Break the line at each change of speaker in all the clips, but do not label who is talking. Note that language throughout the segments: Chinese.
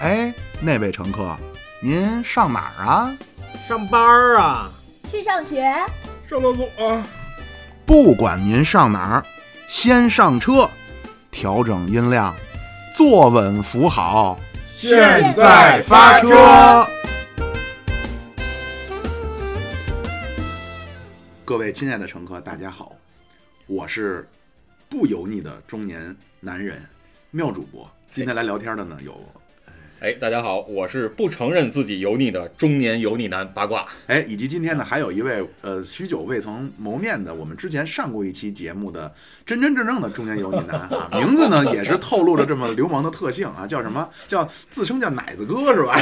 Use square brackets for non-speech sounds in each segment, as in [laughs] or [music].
哎
哎，那位乘客，您上哪儿啊？
上班儿啊，
去上学，
上厕所啊！
不管您上哪儿，先上车，调整音量，坐稳扶好，
现在发车。
各位亲爱的乘客，大家好，我是不油腻的中年男人妙主播。今天来聊天的呢有，
哎，大家好，我是不承认自己油腻的中年油腻男八卦。
哎，以及今
嗯
天呢还有一位呃许久未曾谋面的，我们之前上过一期节目的真真正正的中年油腻男
[laughs]
啊，名字呢也是透露着这么流氓的特性啊，叫什么叫自称叫奶子哥
[laughs]
是吧？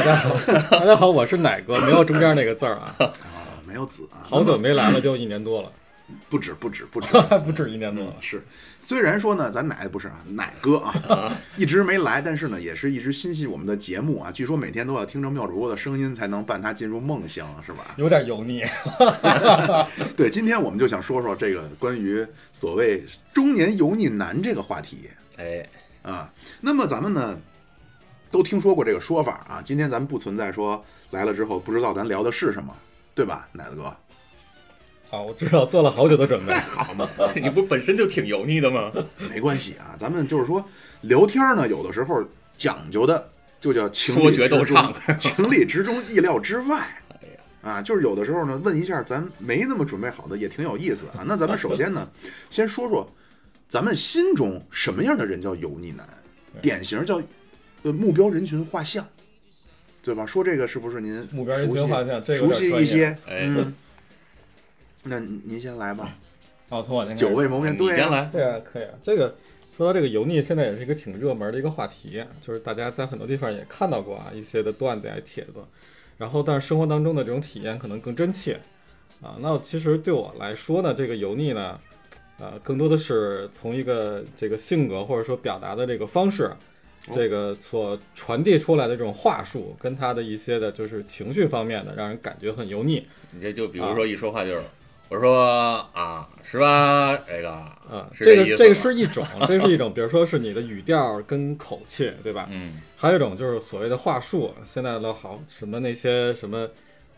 大家好，我是奶哥，没有中间那个字儿啊。
[laughs] 啊，没有子啊，
好久没来了，就一年多了，
不止不止不
[laughs]
止，嗯
还不止一年多了。
是，虽然说呢，咱奶不是啊，奶哥啊，一直没来，但是呢，也是一直心系我们的节目啊。据说每天都要听着妙主播的声音，才能伴他进入梦乡，是吧？
有点油腻，
对，今天我们就想说说这个关于所谓中年油腻男这个话题
[laughs]
哎，
啊。那么咱们呢，都听说过这个说法啊。今天咱们不存在说来了之后不知道咱聊的是什么，对吧，奶子哥？
好，我知道做了好久的准备。
好嘛，你不是本身就挺油腻的
[laughs]
吗？
没关系啊，咱们就是说聊天呢，有的时候讲究的就叫情理
说学逗
之中
唱，
[laughs] 情理之中，意料之外。啊，就是有的时候呢，问一下咱没那么准备好的也挺有意思啊。那咱们首先呢，先说说咱们心中什么样的人叫油腻男，典型叫呃目标人群画像，对吧？说这个是不是您
目标人群画
熟
像
悉
这个有
熟
点
悉
专
一
业
些？
哎
嗯，那您先来吧，
好，哦从我先开始
久未谋面，
你
对
先
呀、
来。
[laughs] 对啊，可以啊。这个说到这个油腻，现在也是一个挺热门的一个话题，就是大家在很多地方也看到过啊一些的段子呀、帖子，然后但是生活当中的这种体验可能更真切啊。那其实对我来说呢，这个油腻呢，呃，更多的是从一个这个性格或者说表达的这个方式。
哦
这个所传递出来的这种话术，跟他的一些的，就是情绪方面的，让人感觉很油腻。
你这就比如说一说话就是，我说啊，是吧？这个
啊，
是
这
意思
个这个
吗
是一种，这是一种，比如说是你的语调跟口气，对吧？
嗯，
还有一种就是所谓的话术，现在的好什么那些什么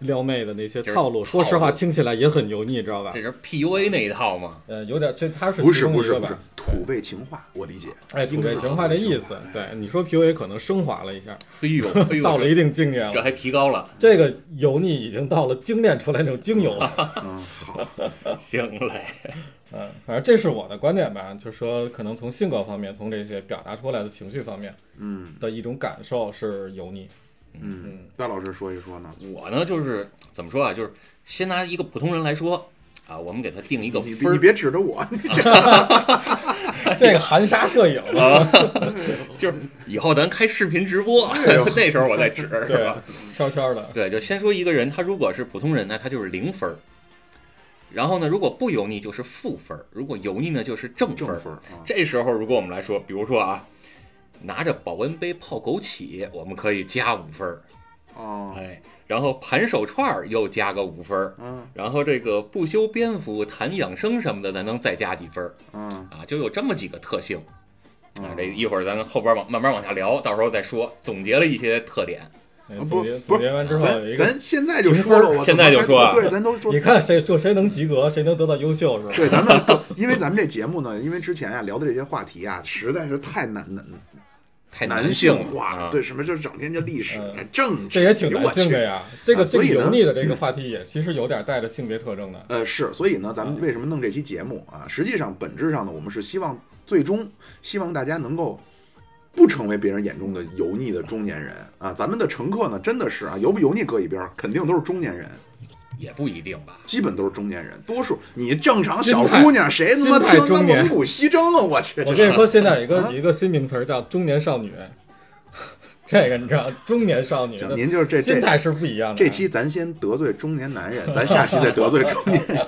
撩妹的那些
就是
套路，说实
套
话
路
听起来也很油腻，知道吧
这？是 PUA 那一套嘛？
呃，有点这它是
不
其
是
中
不
一
是
个
不是
吧？
土味情话，我理解。
哎，土味情话的意思，对你说 PUA 可能升华了一下，
哎呦，哎
[laughs]
呦，
到了一定境界
这这
了。
还提高了。
这个油腻已经到了精炼出来那种精油了，
嗯，好，
行嘞，
嗯，反正这是我的观点吧，就是说可能从性格方面，从这些表达出来的情绪方面
嗯
的一种感受是油腻，
嗯，戴老师说一说呢？
我呢就是怎么说啊，就是先拿一个普通人来说啊，我们给他定一个
你
分
你
儿，
别指着我，你讲
[laughs] 这个含沙射影了，
就是以后咱开视频直播，
哎
[laughs] 那时候我再
[laughs]
指，是
对
吧？，
悄悄的，
对，就先说一个人，他如果是普通人呢，他就是零分儿。然后呢，如果不油腻就是负分儿，如果油腻呢就是正
正
分儿。
分儿啊，
这时候如果我们来说，比如说啊，拿着保温杯泡枸杞，我们可以加五分儿，
哦，
哎，然后盘手串儿又加个五分儿，
嗯
然后这个不修边幅谈养生什么的，咱能再加几分儿
嗯
啊，就有这么几个特性啊
嗯。
这一会儿咱后边往慢慢往下聊，到时候再说，总结了一些特点。
嗯
啊不
总结
不
总结完之后有一
咱
个，
咱现在就说了，我
现在就说啊
对，咱都说
你。看谁就谁能及格，谁能得到优秀是吧？
对，咱们都因为咱们这节目呢，因为之前啊聊的这些话题啊，实在是太难难
太
男
性
化
了
了，
啊
对，什么就是整天就历史
嗯、
政治，
这也挺男性的
哎呦我去。
呀。这个
啊
这
所
个
以呢
油腻的这个话题也其实有点带着性别特征的。
呃，是，所以呢，咱
嗯
们为什么弄这期节目啊？实际上，本质上呢，我们是希望最终希望大家能够不成为别人眼中的油腻的中年人啊。咱们的乘客呢，真的是啊，油不油腻搁一边儿，肯定都是中年人。
也不一定吧。
基本都是中年人，多数你正常
心
小
态
姑娘谁他妈
心态
听他
中
妈
年
蒙古西征啊！我去，这
我跟
是
你说，现在有一个
啊
有一个新名词儿叫中年少女，这个你知道，中年少女
行
的
您就是这
心
这
态是不一样的。
这期咱先得罪中年男
[laughs]
人，咱下期再得罪中年人，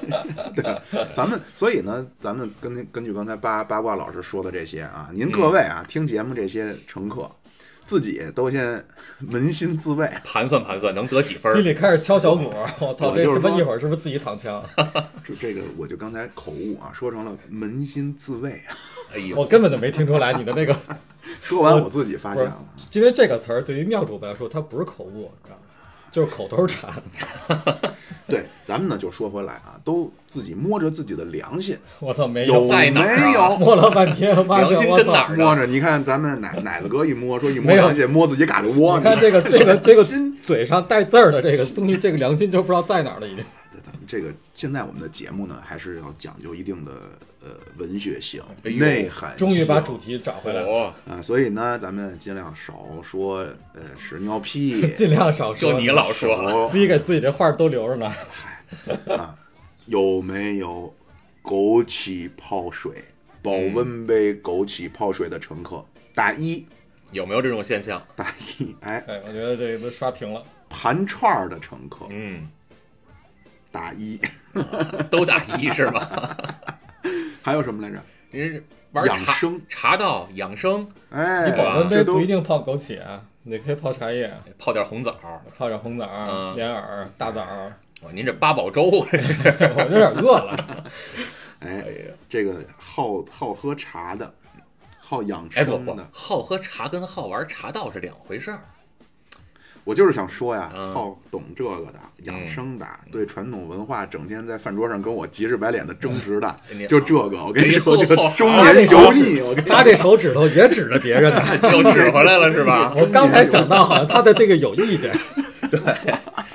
[laughs] 对吧？咱们所以呢，咱们根根据刚才八八卦老师说的这些啊，您各位
嗯
啊，听节目这些乘客。自己都先扪心自问，
盘算盘算能得几分
心
儿？
里开始敲小鼓，我操，
我
这
就是
什么
说哎
一会儿是不是自己躺枪？
就这个我就刚才口误啊，说成了扪心自慰啊。
哎呦，
我根本就没听出来你的那个
说完我自己发
不
现
是
了，，
因为这个词儿对于妙主播来说，它不是口误，你知道吗？就是口头禅。
对，咱们呢就说回来啊，都自己摸着自己的良心，
我操，没
有
在
没
哪儿啊
有？
摸了半天，发
良
现
心
我
跟哪
操，
儿
摸
呢？
着，你看咱们奶奶子哥一摸，说一摸
没有
良心，摸自己嘎吱窝，
你看这个这个这个
心
嘴上带字儿的这个东西，这个良心就不知道在哪儿了，已经。
咱们这个现在我们的节目呢，还是要讲究一定的呃文学性、
哎呦
内涵性，
终于把主题找回来了，，
哦，
啊、所以呢，咱们尽量少说呃屎尿屁
[laughs] 尽量少说。
就你老说，
少
自己给自己这话都留着
[laughs]
呢。
啊，有没有枸杞泡水？保
嗯
温杯枸杞泡水的乘客，打一，
有没有这种现象？
打一，哎，
哎，我觉得这个都刷屏了。
盘串儿的乘客，
嗯，
打一， [laughs]
都打一是吧？
还有什么来着？
你是玩
养
茶
生
茶道养生，
哎，
你保温杯
这都
不一定泡枸杞啊，你可以泡茶叶，
泡点红枣。
泡点红枣儿、
嗯
莲藕、大枣儿。 [laughs]
哇，哦您这八宝粥，
[laughs]
我有点饿了，
哎，这个好好喝茶的，好养
哎不
生
不
的，，
好喝茶跟好玩茶道是两回事儿。
我就是想说呀，
嗯
好懂这个的，养生的，对传统文化整天在饭桌上跟我急赤白脸的争执的，
嗯
[laughs] 就这个，我跟你说，
哎呦
这个中年油腻，我跟你
他这手指头也指着别人
[laughs]
呢。
又指回来了是吧？
[laughs] 我刚才想到，好像他的这个有意见。对， [laughs]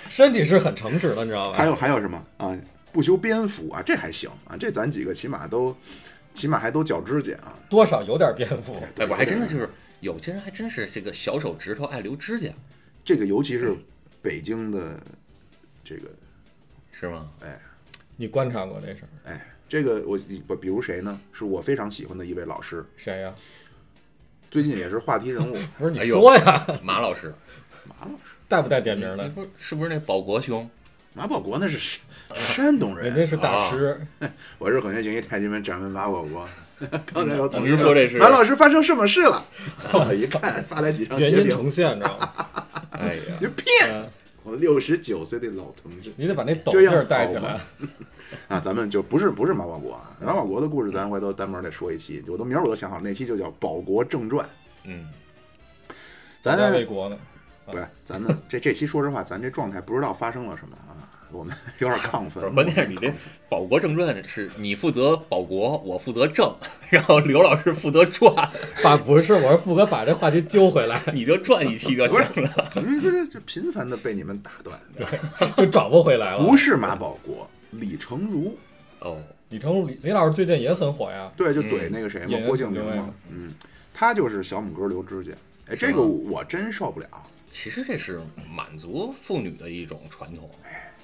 身体是很诚实的，你知道
还
吧？
有还有什么啊？不修边幅啊，这还行啊，这咱几个起码都，起码还都脚指甲啊。
多少有点蝙蝠。
[laughs] 哎，我还真的就是有些人还真是这个小手指头爱留指甲，
这个，尤其是北京的这个
是吗？
你观察过这事儿？
哎，这个我我比如谁呢？是我非常喜欢的一位老师，
谁呀、
最近也是话题人物，
不是你
哎呦
说呀，
马老 [laughs] 师，
马老师，
带不带点名
你
的？
不是是不是那保国兄？
马保国那是山山东
人家
人，
是大师，
我是很愿行一太极门掌门马保国。刚才有同
您
事
说这是
马老师发生什么事了？我一看发来几张截
原因
屏，
重现，你知道吗？
哎 [laughs] 呀，
你骗
嗯
我六十九岁的老同志
你得把那抖
这
劲
样
儿带起
好
来
吗。啊！咱们就不是不是马保国啊，马保国的故事咱回头单门再说一期，我都名儿我都想好，那期就叫《保国正传》。
嗯，
咱
在为国呢，
不是，咱们这这期说实话，咱这状态不知道发生了什么啊，我们 [laughs] 有点亢
不是，
奋。
关键是你这《保国正传》是你负责保国，我负责正， [laughs] 然后刘老师负责转，
把不是，我是副哥把这话题揪回来，
你就转一期就行了。 [laughs]
[laughs] 咱们这这频繁的被你们打断，
就找不回来
呃
了。
[laughs] 不是马保国，李成儒，
哦，
李成儒李李老师最近也很火呀，
对，就
嗯
怼那个谁嘛
演，员
郭敬明
挺对
嘛
的，
嗯，他就是小拇哥留指甲，哎，这
是
个
吗
我真受不了。
其实这是满族妇女的一种传统，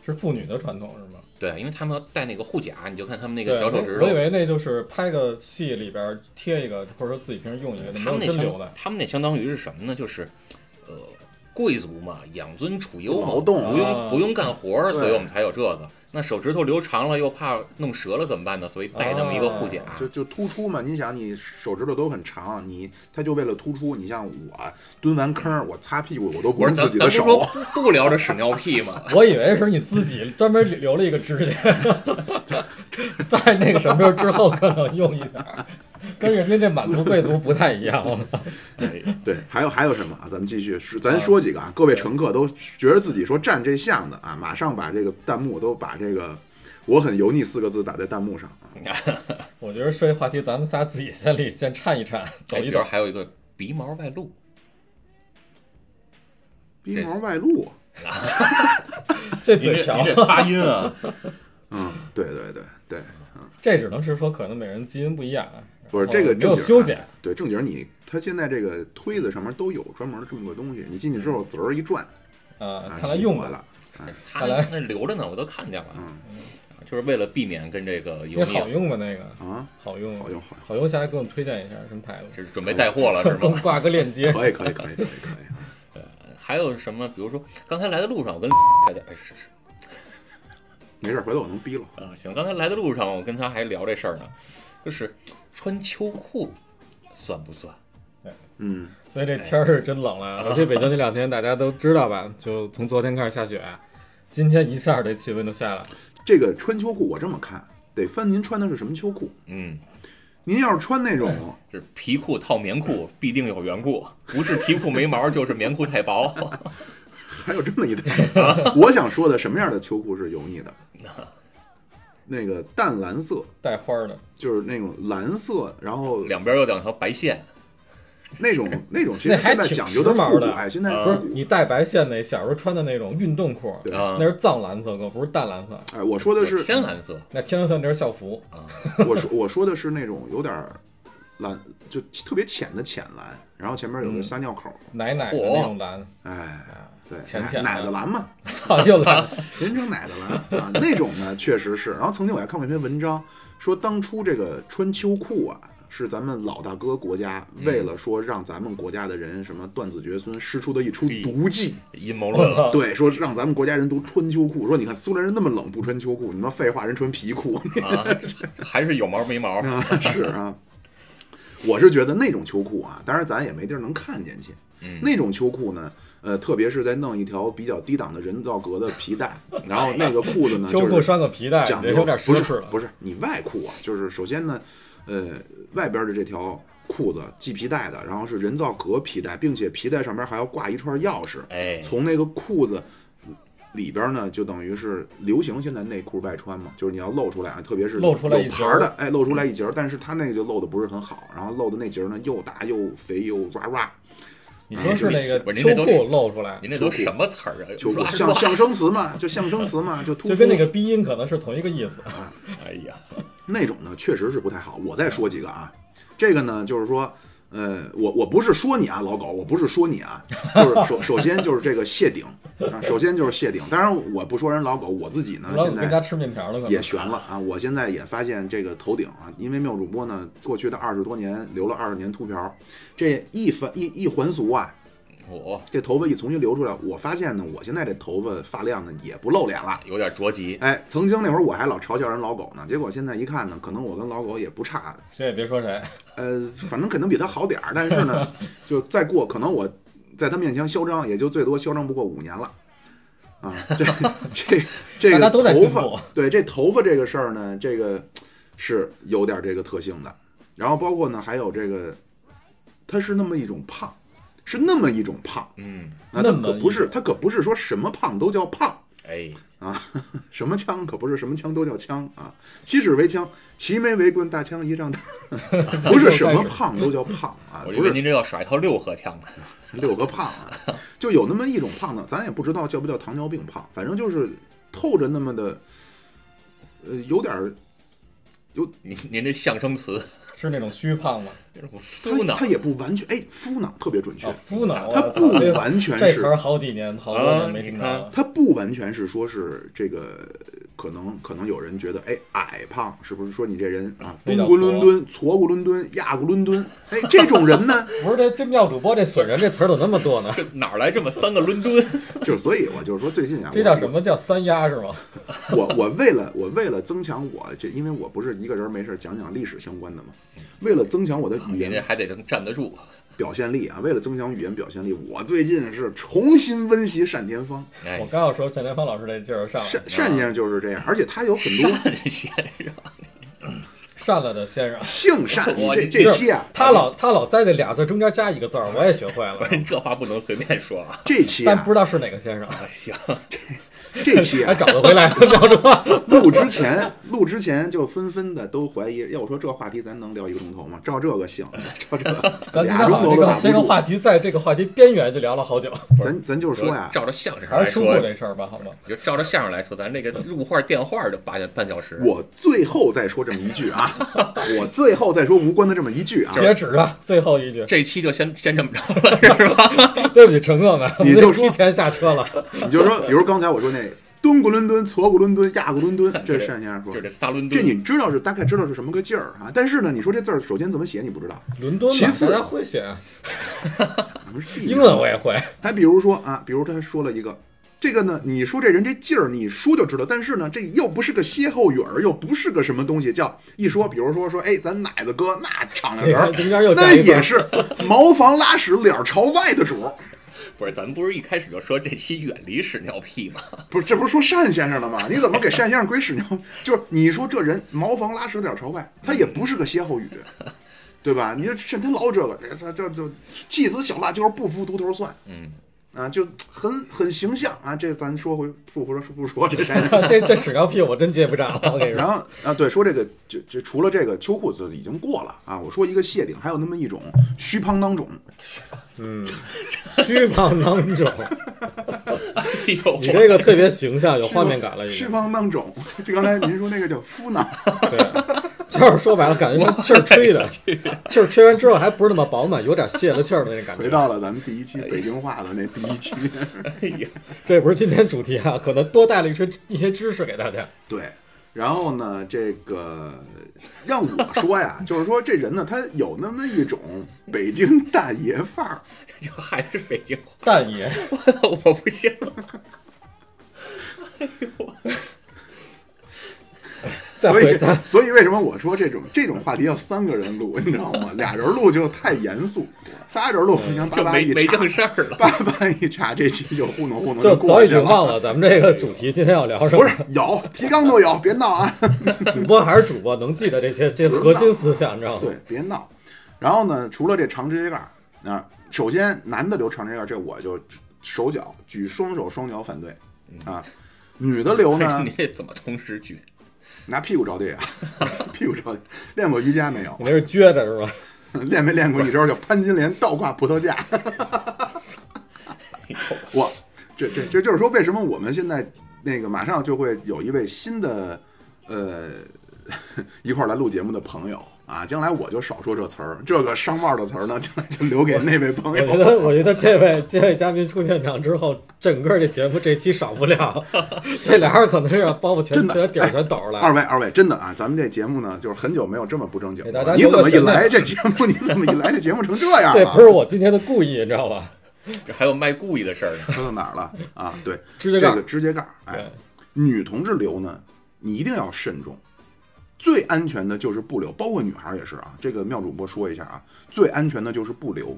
是妇女的传统是吗？
对，因为他们要戴那个护甲，你就看他们那
对，
个小手指
我以
头，
为那就是拍个戏里边贴一个，或者说自己平时用一个，
他们那
没有真留
相
的。
他们那相当于是什么呢？就是，呃，贵族嘛，养尊处优嘛，
劳动
不用
啊
不用干活儿，
对
所以我们才有这个。那手指头留长了又怕弄折了怎么办呢？所以戴那么一个护甲，
啊就就突出嘛，你想你手指头都很长，你他就为了突出，你像我蹲完坑，我擦屁股我都不
我说
用
咱
自己
咱
的
不是说
手，
不不聊这屎尿屁
[laughs]
吗？
[laughs] 我以为是你自己专门留了一个指甲， [laughs] 在那个什么时候之后可能用一下， [laughs] 跟人家这满族贵族不太一样。 [laughs]
哎
对，还有还有什么啊？咱们继续，是咱说几个啊，各位乘客都觉得自己说占这项的啊，马上把这个弹幕都把这个“我很油腻”四个字打在弹幕上啊。
我觉得说这话题，咱们仨自己先里先颤一颤，抖
哎，
一
比
抖
如。还有一个鼻毛外
[laughs]
露，
鼻毛外露，啊
这
你这
嘴瓢
你，这发音
[laughs]
啊，
嗯，对对对对，
这只能是说可能每人基因不一样。啊
不是这个
然
正
后没有
经啊
哦修剪，
对正经你，它现在这个推子上面都有专门的这么个东西，你进去之后滋儿一转，
嗯
啊，，
啊看来用
习惯。
过
了，
哎他
看
那
来
那留着呢，我都看见了，
嗯
就是为了避免跟这个油
那好
腻，
用吗？那个
啊，
好用，
好用
[laughs]
好用
好用。下来给我们推荐一下什么牌子？
就是准备带货了是
给我
吗
们？ [laughs] 挂个链
[laughs]
接。
可以可以可以可以啊可以，
还有什么？比如说刚才来的路上，我
[laughs]
跟还在哎是是是
没事儿，回头我能逼了。
啊，行，刚才来的路上，我跟他还聊这事儿呢，就是穿秋裤算不算？
嗯，
所以这天儿是真冷
哎
了。啊我去北京这两天，大家都知道吧？就从昨天开始下雪，今天一下这气温就下来了。
这个穿秋裤我这么看，得分您穿的是什么秋裤。
嗯，
您要是穿那种
[laughs]
这皮裤套棉裤必定有缘故，不是皮裤没毛，就是棉裤太薄。
还有这么一段，我想说的什么样的秋裤是油腻的？那个淡蓝色，
带花儿的，
就是那种蓝色，然后
两边有两条白线，
那种那种，其
那
实
还
现在
挺
讲
时
究的
髦
复古，
的嗯
哎，现在
啊
复
不是
古
你带白线那小时候穿的那种运动裤，
对
啊
那，是藏蓝色，可不是淡蓝色。
哎，我说的是
天蓝色
那天蓝色那是校服，
啊，
我说我说的是那种有点儿蓝，就特别浅的浅蓝，然后前面有
嗯
个撒尿口，
奶奶的那种蓝，
哎，对，
啊浅
奶
浅的
奶的蓝嘛，
操又蓝， [laughs]
人称奶的蓝啊，那种呢确实是。然后曾经我还看过一篇文章，说当初这个穿秋裤啊，是咱们老大哥国家
嗯
为了说让咱们国家的人什么断子绝孙施出的一出毒计，
阴谋论
我
了。
操，
对，说让咱们国家人都穿秋裤。说你看苏联人那么冷不穿秋裤，你妈废话，人穿皮裤。
啊，还是有毛没毛
[laughs] 啊，是啊，我是觉得那种秋裤啊，当然咱也没地儿能看见去。
嗯
那种秋裤呢，呃，特别是再弄一条比较低档的人造革的皮带，然后那个裤子呢，
秋
就
裤
是
拴个皮带，
讲
你
究
这有点奢
不
侈
是
了。
不是你外裤啊，就是首先呢，呃，外边的这条裤子系皮带的，然后是人造革皮带，并且皮带上边还要挂一串钥匙，
哎，
从那个裤子里边呢，就等于是流行现在内裤外穿嘛，就是你要露出来啊，特别是
露出来一
有
截
牌
儿
儿的，哎，露出来一截儿，但是它那个就露的不是很好，然后露的那截儿呢又大又肥又哇哇，
你说是那
不
个
是您这
秋
都
裤露出来，
您这都什么词儿啊？
[laughs]
就
乱
象
乱
象声词嘛，就象声词嘛，就突
就
出
跟那个鼻音可能是同一个意思。
哎呀，
那种呢，确实是不太好。我再说几个啊，这个呢就是说。呃，我我不是说你啊，老狗，我不是说你啊， [laughs] 就是首首先就是这个谢顶啊，首先就是谢顶。当然我不说人老狗，我自己呢
老
现
子
在
跟家吃面条了，可能
也悬了啊！我现在也发现这个头顶啊，因为妙主播呢，过去的二十多年留了二十年秃瓢，这一反一一还俗啊，
我
这头发一重新留出来，我发现呢，我现在这头发发量呢也不露脸了。
有点着急，
哎，曾经那会儿我还老嘲笑人老狗呢，结果现在一看呢，可能我跟老狗也不差，
谁也别说谁，
呃，反正可能比他好点儿，但是
[laughs]
呢，就再过可能我在他面前嚣张，也就最多嚣张不过五年了。啊，
[laughs]
这这这
大
个
家都在
头
进步
发，对这头发这个事儿呢，这个是有点这个特性的。然后包括呢，还有这个，它是那么一种胖，是那么一种胖。
嗯，
啊，它
那么
可
一
不是，它可不是说什么胖都叫胖，
哎，
什么枪可不是什么枪都叫枪啊，七尺为枪，齐眉为棍，大枪一丈大， [laughs] 不是什么胖都叫胖啊，
[laughs] 我以
不
为
是
您这要耍一套六合枪呢。
六个胖啊，就有那么一种胖呢，咱也不知道叫不叫糖尿病胖，反正就是透着那么的，呃，有点儿，
您您这象声词，
是那种虚胖吗？
这种敷哦
它
脑
它也不完全，哎，敷脑特别准确
啊，，敷脑，
它不
我操
完全
这词
是
儿好几年好多年没听到
啊
了。
它不完全是说是这个，可能可能有人觉得，哎，矮胖是不是说你这人啊，
比
蹲
较
过伦敦，矬过伦敦，压过伦敦？哎，这种人呢，
不是这这妙主播这损人这词儿怎么那么多呢？
这哪儿来这么三个伦敦？
就是所以我就是说最近啊，
这叫什么叫三压是吗？
我？我我为了我为了增强我这，因为我不是一个人没事儿讲讲历史相关的嘛，
嗯
为了增强我的语
您这
言
还得能站得住。
表现力啊，为了增强语言表现力，我最近是重新温习单田芳，
哎
我，刚要说向天芳老师这劲儿上来了，
单单先生就是这样，而且他有很多
单先生，
善了的先生。
姓单，你
我
这这
就是
期啊，
他老他老在这俩字中间加一个字儿，我也学会了，
[laughs]
哎
这话不能随便说
[laughs]
啊。
这期
但
啊
不，知道是哪个先生，
行，
这期啊
还，找得回来，妙主播。
录之前，录之前就纷纷的都怀疑，要我说这话题咱能聊一个钟头吗？照这个行，照这个
咱今
[laughs] 俩
天
钟
好像
头都打不
这个这个
住。哎
话题在这个话题边缘就聊了好久，
咱咱就是说呀，
照着相声
还
来
是秋裤
说，
这事儿吧，好吗？
就照着相声来说，咱这个入画电话的八半小时，
我最后再说这么一句啊， [laughs] 我最后再说无关的这么一句啊，
截止了，最后一句。
这期就先先这么着了，是吧？
对不起，乘客们，我们
你就
提
说
前下车了。
你就说，比如刚才我说那蹲过伦敦，矬过伦敦，压过伦
[laughs]
敦，这是单先生说
就
的。
这仨伦
这
敦，
你知道是大概知道是什么个劲儿啊，但是呢，你说这字儿首先怎么写你不知道，
伦敦
其
嘛，
次
大家会写，啊
咱们是地名
英文我也会。
[laughs] 还比如说啊，比如他说了一个，这个呢，你说这人这劲儿，你说就知道，但是呢，这又不是个歇后语儿，又不是个什么东西，叫一说，比如说说，哎，咱奶子哥那敞亮人儿，
[laughs] 对中间又加
那
一段
也是茅房拉屎脸儿朝外的主儿，
不是，咱们不是一开始就说这期远离屎尿屁吗？ [laughs]
不是，这不是说单先生了吗？你怎么给单先生归屎尿？ [laughs] 就是你说这人茅房拉屎脸朝外，他也不是个歇后语，对吧？你这他老这个，这这这气死小辣椒不服独头蒜
嗯，
啊，就很很形象啊。这咱说回不说不说这单先生。
这这屎尿屁我真接不上了，我跟你
[laughs] 然
说。
后啊，对，说这个就就除了这个秋裤子已经过了啊，我说一个谢顶，还有那么一种虚胖当种，
嗯，虚胖当中，
哎呦，
你这个特别形象，有画面感了已
虚
经。
胖当种。就刚才您说那个叫敷囊，
对， [laughs] 就是说白了，感觉跟气儿
[laughs]
吹的，气儿吹完之后还不是那么饱满，有点泄了气儿的那感
回
觉。
到了咱们第一期北京话的那第一期。
哎呀，
这不是今天主题啊，可能多带了一些一些知识给大家。
对，然后呢，这个让我说呀，就是说这人呢，他有那么一种北京大爷范
[laughs]
儿，
就还是北京话， [laughs]
蛋爷，
我不信了。
再
所以
回咱
所以为什么我说这种这种话题要三个人录，你知道吗？俩人录就太严肃，仨人录互相叭
呃就
叭
没
一
没
查
正，事儿了。
叭叭一查，这期就糊弄糊弄
就
过
早已
去
经
了。啊
忘了咱们这个主题今天要聊什么。
不是有提纲都有，别闹啊！
主播还是主播，能记得这些这核心思想，你知道吗？
对，别闹。然后呢，除了这长指甲盖儿，那、首先男的留长指甲盖儿，这我就手脚举双手双脚反对啊。女的留呢
[laughs] 你，这怎么同时举？
拿屁股着地啊， [laughs] 屁股着地。练过瑜伽没有
你？那是撅着是吧？
[laughs] 练没练过一招叫潘金莲倒挂葡萄架？ [laughs] 我这这这就是说，为什么我们现在那个马上就会有一位新的呃 [laughs] 一块儿来录节目的朋友啊，将来我就少说这词儿，这个商贸的词儿呢，将来就留给那位朋
我觉
友。
得，我觉得这位这位嘉宾出现场之后，整个这节目这期少
[laughs]
不了，这俩人可能是要包袱全
真的
全底儿全抖出来
二。位，二位，真的啊，咱们这节目呢，就是很久没有这么不正经
给大家
了。你
留
怎
个
么一
悬念啊
来这节目，你怎么一来这节目成这样
[laughs]
啊
这
了？
不是我今天的故意，你知道吧？
这还有卖故意的事儿呢。
说到哪儿了啊？对，
指甲盖
这
儿
个指甲盖儿，哎
对，
女同志留呢，你一定要慎重。最安全的就是不留，包括女孩儿也是啊。这个妙主播说一下啊，最安全的就是不留。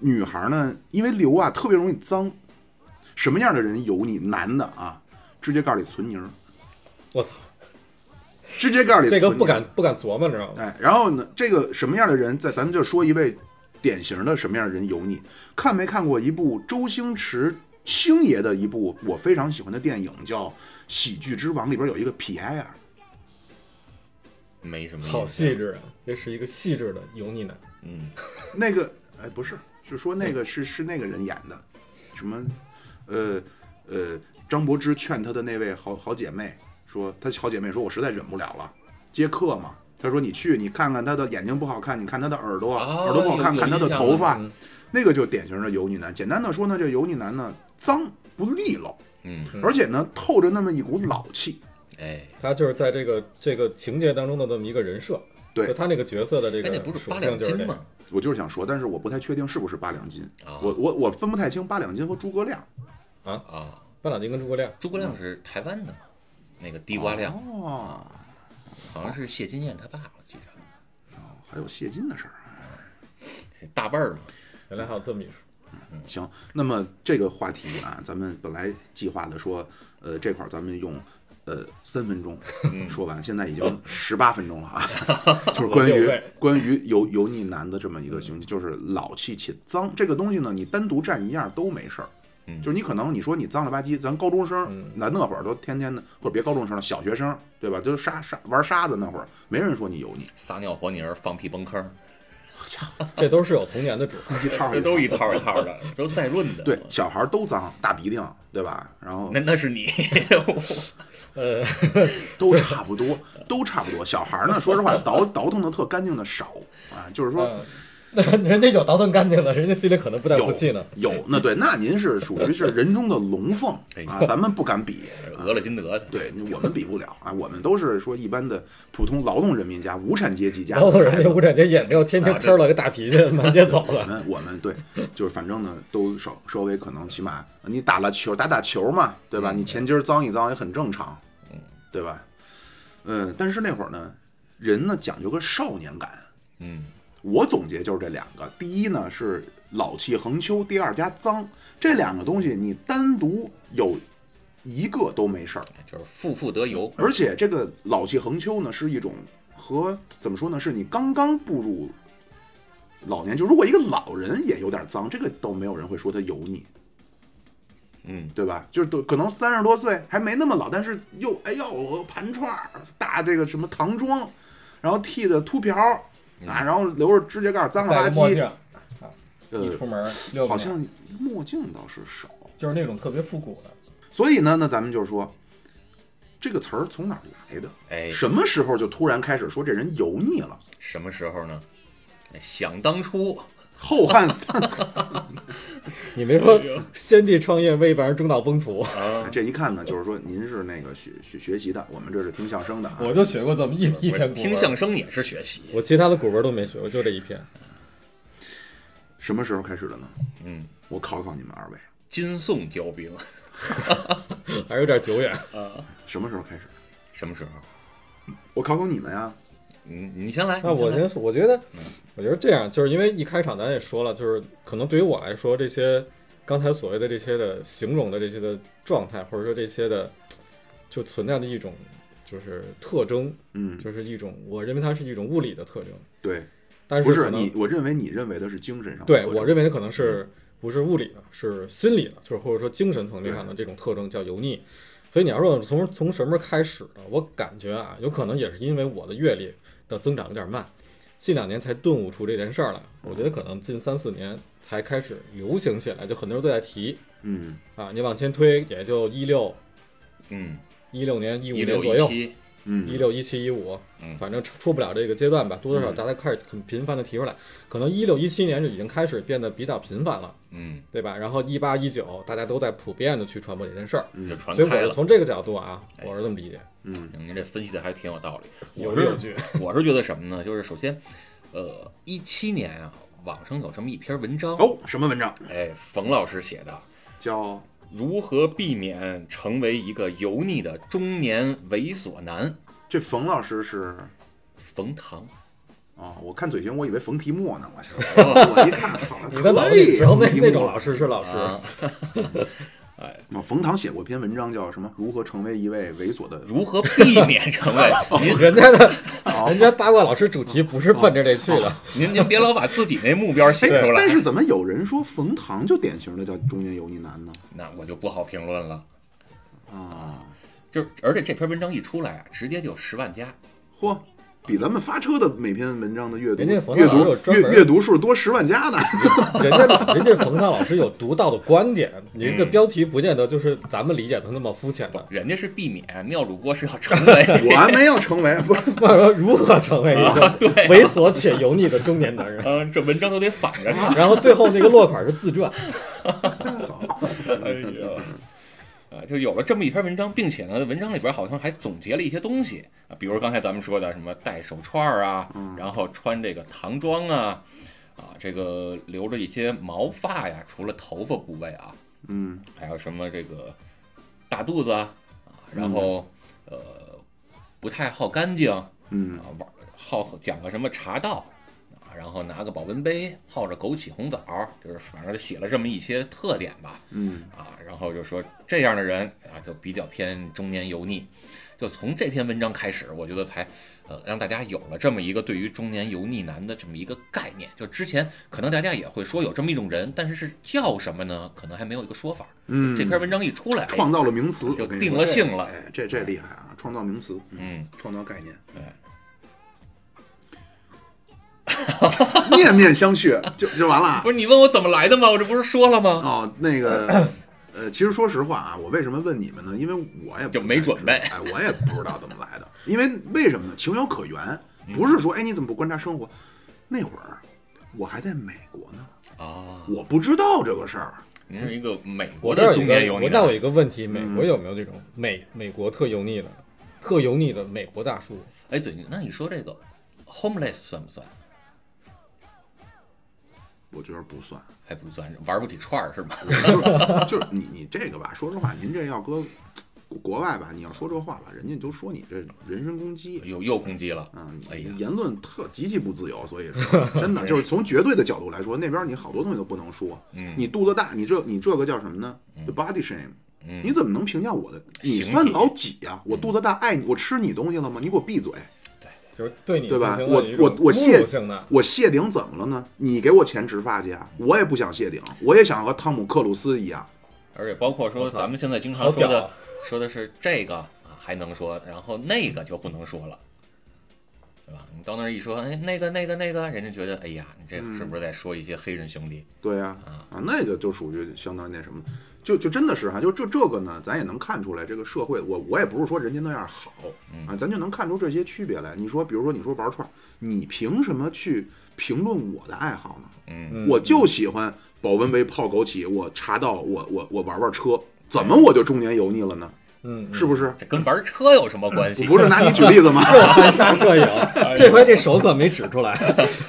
女孩儿呢，因为留啊特别容易脏，什么样的人油腻？男的啊，指甲盖儿里存泥儿，
我操，
指甲盖儿里
这
存泥
个
儿
不敢不敢琢磨，你知道吗？
哎，然后呢，这个什么样的人，在咱们就说一位典型的什么样的人油腻。看没看过一部周星驰星爷的一部我非常喜欢的电影，叫《喜剧之王》，里边有一个皮埃尔，
没什么意思
好细，致啊，这是一个细致的油腻男。
嗯，
那个哎不是，就说那个是是那个人演的，什么呃呃，张柏芝劝她的那位好好姐妹说，她好姐妹说我实在忍不了了，接客嘛。她说：“你去，你看看她的眼睛不好看，你看她的耳朵，
啊
耳朵不好
有
看，
有
看她的
印象
头
了
发，
嗯
那个就典型的油腻男。简单的说呢，这油腻男呢脏不利落，
嗯，
而且呢透着那么一股老气。
哎，
他就是在这个这个情节当中的这么一个人设，
对
就他那个角色的这
哎，那
个
不是
属
八
性
两
就是这
金
个
吗。？
我就是想说，但是我不太确定是不是八两金，
啊
我我我分不太清八两金和诸葛亮。
啊，
半两金跟诸葛亮，
诸葛亮是台湾的嘛，那个低瓜亮
哦，
好像是谢金燕他爸，我记得
还有谢金的事儿啊。
是大辈儿嘛。
原来还有这么一说。
嗯
行，那么这个话题啊，咱们本来计划的说，呃，这块儿咱们用。呃，三分钟
嗯
说完，现在已经十八分钟了
[laughs]
啊，就是关
我六
于
倍
关于油油腻男的这么一个形象，就是老气且脏这个东西呢，你单独占一样都没事儿，
嗯
就是你可能你说你脏了吧唧，咱高中生
嗯
那那会儿都天天的，或者别高中生了，小学生对吧？就是沙沙玩沙子那会儿，没人说你油腻，
撒尿和泥儿，放屁崩坑，
这都是有童年的主，
[laughs]
一套
这都一套一套的， [laughs] 都再论的。
对，小孩儿都脏，大鼻涕对吧？然后
那那是你， [laughs]
呃，
都差不多， [laughs] 都差不多。小孩儿
[laughs]
呢，说实话，倒倒腾的特干净的少啊，就是说
嗯 [laughs] 那人家有倒腾干净的，人家心里可能不带服
有
气呢。
有那对，那您是属于是人中的龙凤
哎
啊，咱们不敢比。
哎
啊
俄勒金德的。
对我们比不了啊，我们都是说一般的普通劳动人民家、无产阶级家
然后
的
人
孩
家
子。
无产阶级也没有天天摊了个大脾气满街走
我
了。
们我们对，就是反正呢，都稍稍微可能，起码你打了球，打打球嘛，对
嗯
吧？你前筋儿脏一脏也很正常，对嗯吧？嗯，但是那会儿呢，人呢讲究个少年感，
嗯，
我总结就是这两个，第一呢是老气横秋，第二加脏，这两个东西你单独有一个都没事儿。
就是负负得由。
而且这个老气横秋呢，是一种和怎么说呢，是你刚刚步入老年，就如果一个老人也有点脏，这个都没有人会说他油腻，
嗯，
对吧？就是都可能三十多岁还没那么老，但是又哎呦盘串儿大这个什么唐装，然后剃的秃瓢儿啊，然后留着指甲盖儿脏了
嗯戴
吧
个墨镜
唧，，
呃
一出门遛
好
个鸟，
像墨镜倒是少。
就是那种特别复古的。
所以呢，那咱们就说这个词儿从哪儿来的？
哎，
什么时候就突然开始说这人油腻了？
什么时候呢？想当初，
后汉三
你没说先帝创业为一帮人中道崩殂，
啊
[laughs]
这一看呢，就是说您是那个学学学习的，我们这是听相声的啊。
我就学过这么一一篇古文，
听相声也是学习。
我其他的古文都没学过，就这一篇。
什么时候开始的呢？
嗯，
我考考你们二位，
金宋交兵，
还有点久远。啊
什么时候开始？
[laughs] 什么时候？
我考考你们呀。
你你先来。
那
你先
我
来
先说，我觉得，我觉得这样，就是因为一开场咱也说了，就是可能对于我来说，这些刚才所谓的这些的形容的这些的状态，或者说这些的就存在的一种就是特征，
嗯，
就是一种我认为它是一种物理的特征，
对，
但
不
是可
是
能
你，我认为你认为的是精
啊
神上的特
对
征。
我认为它可能
嗯
是不是物理的，是心理的，就是或者说精神层面上的这种特征叫油腻。所以你要说从从什么时候开始的，我感觉啊，有可能也是因为我的阅历的增长有点慢，近两年才顿悟出这件事儿来。我觉得可能近三四年才开始流行起来，就很多人都在提
嗯，
啊。你往前推，也就一六
嗯，
一六年、一五
一
年
六
左
一
右，
七，
嗯
一六一七一五
嗯，
反正出不了这个阶段吧，多多少少大家开始很频繁的提出来，可能一六一七年就已经开始变得比较频繁了。
嗯，
对吧？然后一八一九，大家都在普遍的去传播这件事儿，
就传
嗯所以我
开
是
了。
从这个角度啊，
哎
我是这么理解，
嗯
嗯您这分析的还挺有道理。
有
我
理有
是
据。
我是觉得什么呢？就是首先，呃，一七年啊，网上有这么一篇文章，
哦，什么文章？
哎，冯老师写的，
叫
如何避免成为一个油腻的中年猥琐男？
这冯老师是
冯唐，
啊，我看嘴型我以为冯提莫呢，
[laughs]
我去，
哦
我一看好了，
你在脑
可
子里
以
只有那
冯提莫
那种老师是老师，
啊，
啊冯唐写过篇文章叫什么？如何成为一位猥琐的
如何避免成 [laughs] 为？您
人家 [laughs] 的
哦
人家八卦老师主题不是奔着这去的，
您您别老把自己那目标写出
哎，
来
但，是怎么有人说冯唐就典型的叫中年油腻男呢？
那我就不好评论了。
啊，
就是，而且这篇文章一出来啊，直接就十万加。
嚯，比咱们发车的每篇文章的阅读
人家冯
阅
老师有
读
专
阅
门
阅读数多十万加呢。 [laughs]
[laughs] 人家人家冯唐老师有独到的观点，你这个标题不见得就是咱们理解的那么肤浅 [laughs] 的。
人家是避免，妙主播是要成 [laughs] 为
我还没有成为，不是
那说如何成为一个猥琐且油腻的中年男人？
嗯，这文章都得反着看。
然后最后那个落款是自传，
哎呀，啊，就有了这么一篇文章，并且呢，文章里边好像还总结了一些东西啊，比如刚才咱们说的什么戴手串儿啊，然后穿这个唐装啊，啊，这个留着一些毛发呀，除了头发部位啊，
嗯，
还有什么这个大肚子啊，啊然后、呃不太好干净啊，
嗯
玩好讲个什么茶道。啊，然后拿个保温杯泡着枸杞红枣，就是反正写了这么一些特点吧。
嗯
啊，然后就说这样的人啊，就比较偏中年油腻。就从这篇文章开始，我觉得才呃让大家有了这么一个对于中年油腻男的这么一个概念。就之前可能大家也会说有这么一种人，但是是叫什么呢？可能还没有一个说法。
嗯，
这篇文章一出来，
创造了名词，
哎就
我跟你
定
说
了性了。
哎，这这厉害啊！创造名词，
嗯，
创造概念，
哎，
面面相觑，就就完了啊
不。是你问我怎么来的吗？我这不是说了吗？
哦，那个，呃，其实说实话啊，我为什么问你们呢？因为我也不
就没准备
太知道哎，我也不知道怎么来的。因为为什么呢？情有可原，
嗯
不是说哎你怎么不观察生活？那会儿我还在美国呢，
啊，
我不知道这个事儿。
您是一个美国
我这
的
儿有
中
一
年油
个，
腻啊
我那我有
男
一个问题，
嗯
美国有没有这种美美国特油腻的、特油腻的美国大叔？
哎，对，那你说这个 homeless 算不算？
我觉得不算， [laughs]
还不算，玩不起串儿是吗？
就是就是你你这个吧，说实话，您这要搁国外吧，你要说这话吧，人家就说你这人身攻击。
又又攻击了
啊，
哎
你
呀哎
言论特极其不自由，所以说
[laughs]
真的就是从绝对的角度来说，那边你好多东西都不能说。
嗯
你肚子大，你这你这个叫什么呢？就 body shame。
嗯，
你怎么能评价我的？你
形体嗯
算老几呀、我肚子大，爱你，我吃你东西了吗？你给我闭嘴！
就是对你
对
进
吧
行
我
了一种
我我
侮
谢
辱性的，
我谢顶怎么了呢？你给我钱植发去啊！我也不想谢顶，我也想和汤姆克鲁斯一样。
而且包括说咱们现在经常
好
说
屌
的
啊，
说的是这个啊还能说，然后那个就不能说了，对吧？你到那儿一说，哎，那个那个那个，人家觉得，哎呀，你这是
嗯
不是在说一些黑人兄弟？
对呀、啊，那个就属于相当于那什么，就就真的是哈、就这这个呢，咱也能看出来这个社会，我我也不是说人家那样好啊，咱就能看出这些区别来。你说，比如说你说玩串儿，你凭什么去评论我的爱好呢？
嗯，
我就喜欢保温杯泡枸杞，我茶道，我我我玩玩车，怎么我就中年油腻了呢？
嗯，
是不是？
这跟玩车有什么关系？
不是拿你举例子吗？ [laughs]
含沙射 [laughs] 影，这回这手可没指出来，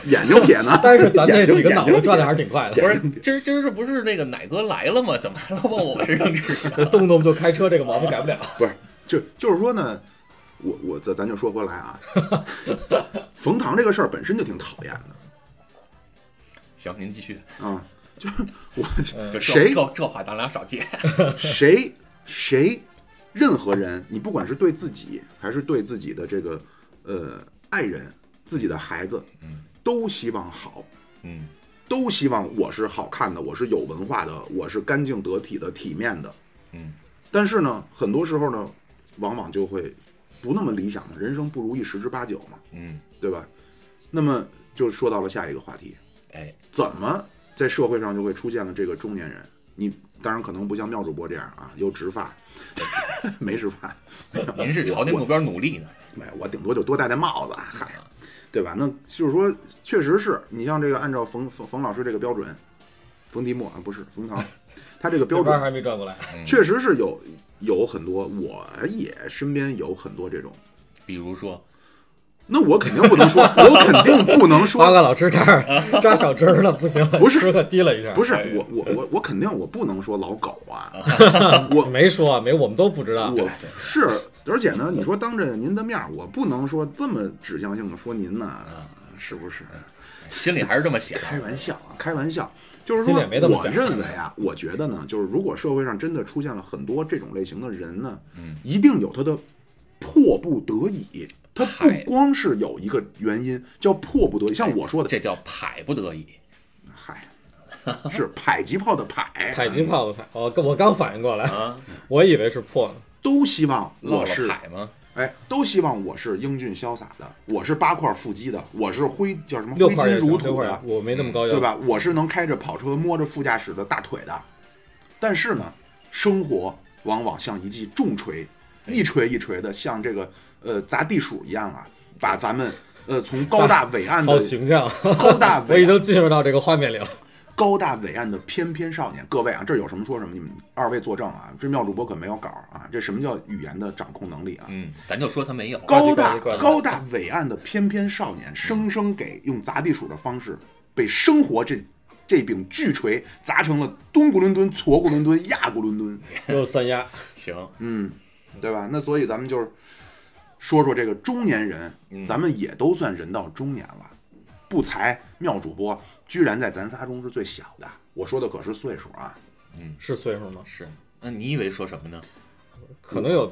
眼睛撇呢？
哎 [laughs] 但是咱这
眼睛
几个脑
眼
子
睛
转的还是挺快的，
不是，今儿今儿这不是那个奶哥来了吗？怎么还老往我身上指？
这动不动就开车，这个毛病改不了。
不是，就就是说呢，我我咱咱就说回来啊，冯唐这个事儿本身就挺讨厌的
行，您继续。
啊，就是我
这
嗯谁
这这话咱俩少接。
谁谁任何人，你不管是对自己还是对自己的这个呃爱人、自己的孩子，
嗯
都希望好，
嗯
都希望我是好看的，我是有文化的，我是干净得体的、体面的。
嗯
但是呢，很多时候呢，往往就会不那么理想的，人生不如意十之八九嘛，
嗯，
对吧？那么就说到了下一个话题，
哎，
怎么在社会上就会出现了这个中年人？你当然可能不像妙主播这样啊，有植发， [laughs] 没植发，
您是朝那目标努力呢。
没有，我顶多就多戴戴帽子，嗨，对吧？那就是说，确实是你像这个按照冯冯冯老师这个标准，冯迪莫啊不是冯
[laughs]
唐，他这个标
这边
准
还没转过来，
确实是有有很多，我也身边有很多这种。
比如说，
那我肯定不能说，我肯定不
[laughs]
能
八
说，
个老师这
[laughs]
儿扎小针儿了，不行，
不是
吃可低了一下，
不是我我我我肯定我不能说老狗啊，我
没说啊没，我们都不知道。
我是，而且呢，你说当着您的面儿，我不能说这么指向性的说您呢，是不是？
心里还是这么想。
开玩笑啊，开玩笑，就是说，
心里也没这么
我
想
认为啊，我觉得呢，就是如果社会上真的出现了很多这种类型的人呢，一定有他的迫不得已，他不
嗨
光是有一个原因叫迫不得已，像我说的，
这叫迫不得已。
嗨，是迫击炮的迫，
迫击炮的迫，我刚我刚反应过来
啊，
我以为是破呢。
都希望
落
我
了
是
海吗？
哎，都希望我是英俊潇洒的，我是八块腹肌的，我是挥叫什么
六
挥
块
金
也行，
如
六
土
块也
的嗯
行，，我没那么高要求，
对？吧？我是能开着跑车摸着副驾驶的大腿的。但是呢，生活往往像一记重锤，
哎
一锤一锤的，像这个呃砸地鼠一样啊，把咱们呃从高大伟岸
[laughs] 好
的
形象，
高
[laughs]
大
我
伟
已经进入到这个画面里了。
高大伟岸的翩翩少年。各位啊，这有什么说什么，你们二位作证啊，这妙主播可没有稿啊，这什么叫语言的掌控能力啊？
嗯，咱就说他没有。
高
呱
大
唧呱唧呱唧
高大伟岸的翩翩少年，生生给用砸地鼠的方式被生活这这柄巨锤砸成了东咕伦敦、矬咕伦敦、亚咕伦敦，
又三压，
行，
嗯，对吧？那所以咱们就是说说这个中年人，咱们也都算人到中年了。不才妙主播居然在咱仨中是最小的，我说的可是岁数啊，
是岁数吗？
是。那你以为说什么呢？
可能有，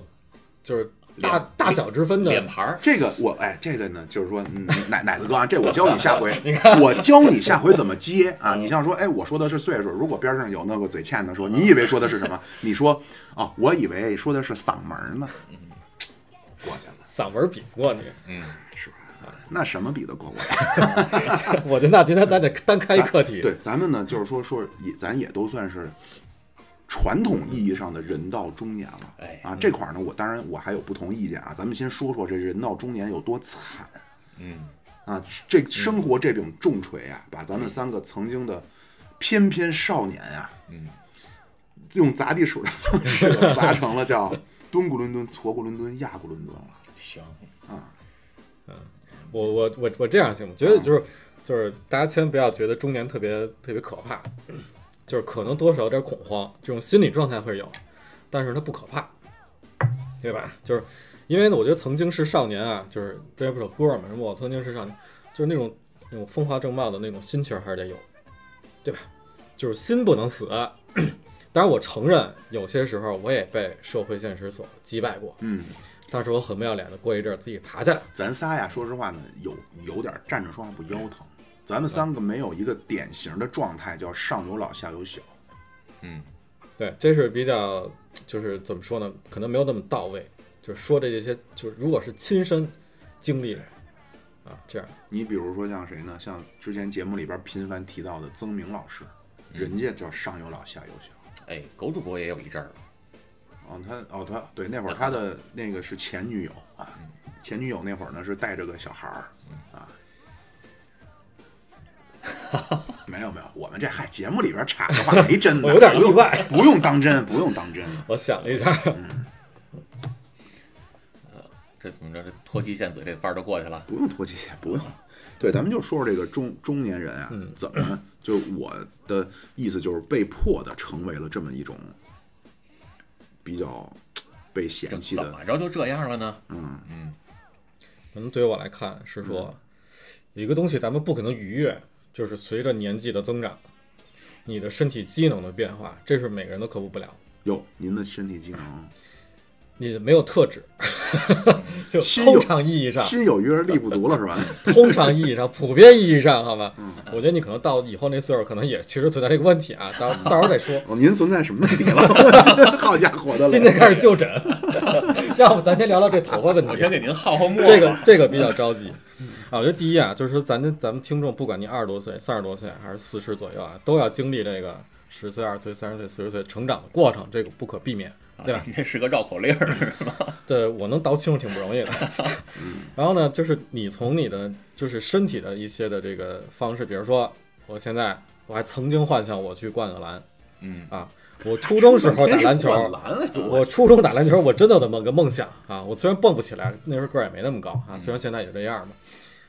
就是大
脸
大小之分的
脸。盘儿。
这个我哎，这个呢，就是说，嗯，奶奶子哥啊，这我教你下回，我教你下回怎么接啊。你像说，哎，我说的是岁数，如果边上有那个嘴欠的说，你以为说的是什么？你说啊，我以为说的是嗓门儿呢，过去了，
嗓门比不过你， [laughs]
嗯，
是吧？那什么比得过我？
我觉得那今天咱得单开一课题。
对，咱们呢，就是说说也，咱也都算是传统意义上的人到中年了。
哎
啊，这块儿呢，我当然我还有不同意见啊。咱们先说说这人到中年有多惨。
嗯，
啊，这生活这柄重锤啊，把咱们三个曾经的翩翩少年啊，
嗯，
用砸地鼠的方式 [laughs] 砸成了叫敦古伦敦、矬古伦敦、亚古伦敦了。
行。
我我我我这样行吗？觉得就是就是大家千万不要觉得中年特别特别可怕，就是可能多少有点恐慌，这种心理状态会有，但是它不可怕。对吧？就是因为呢，我觉得曾经是少年啊，就是这不是首歌嘛，什么我曾经是少年，就是那种那种风华正茂的那种心情还是得有，对吧？就是心不能死。当然，我承认有些时候我也被社会现实所击败过，
嗯，
但是我很不要脸的过一阵儿自己爬起来。
咱仨呀，说实话呢，有有点站着说话不腰疼。咱们三个没有一个典型的状态叫上有老下有小，
嗯，
对，这是比较就是怎么说呢？可能没有那么到位，就是说的这些，就是如果是亲身经历啊，这样
你比如说像谁呢？像之前节目里边频繁提到的曾明老师，
嗯
人家叫上有老下有小。
哎，狗主播也有一阵儿了，
哦，他哦他对那会儿他的那个是前女友
嗯
啊，前女友那会儿呢是带着个小孩儿啊。没有没有，我们这嗨节目里边插的话没真的，
[laughs] 我有点意外
不用，不用当真，不用当真。
我想了一下，
这怎么着？这脱妻献子这范儿都过去了。
不用脱节，不
嗯
用。对，咱们就说说这个中中年人啊，怎么就我的意思就是被迫的成为了这么一种比较被
这
嫌弃
怎
的，
啊
么着就这样了呢？
可能对于我来看是说，有一个东西咱们不可能逾越，就是随着年纪的增长，你的身体机能的变化，这是每个人都克服不了。
哟，您的身体机能，
你没有特质， [laughs] 就
心有
通常意义上，
心有余而力不足了是
[laughs]
吧？
通常意义上，普遍意义上，好吧？我觉得你可能到以后那岁数，可能也确实存在这个问题啊，到到时候再说。
哦，您存在什么问题
[laughs]
了？好家伙的
今天
嘞！
开始就
[laughs]
诊，要不咱先聊聊这头发问
我
题
先。给您耗耗墨吧。
这个这个比较着急啊！我觉得第一啊，就是说咱咱们听众，不管你二十多岁、三十多岁还是四十左右啊，都要经历这个十岁、二十岁、三十岁、四十岁成长的过程，这个不可避免，对吧
啊？，你嗯这是个绕口令儿，是吧？
对，我能倒清楚挺
[laughs]
不容易的。然后呢，就是你从你的就是身体的一些的这个方式，比如说我现在我还曾经幻想我去灌个篮
嗯，
啊，我初中时候打
[laughs]
篮球，
蓝了
我初中打篮球，我真的有那么个梦想啊！我虽然蹦不起来，那时候个儿也没那么高啊，虽然现在也这样吧，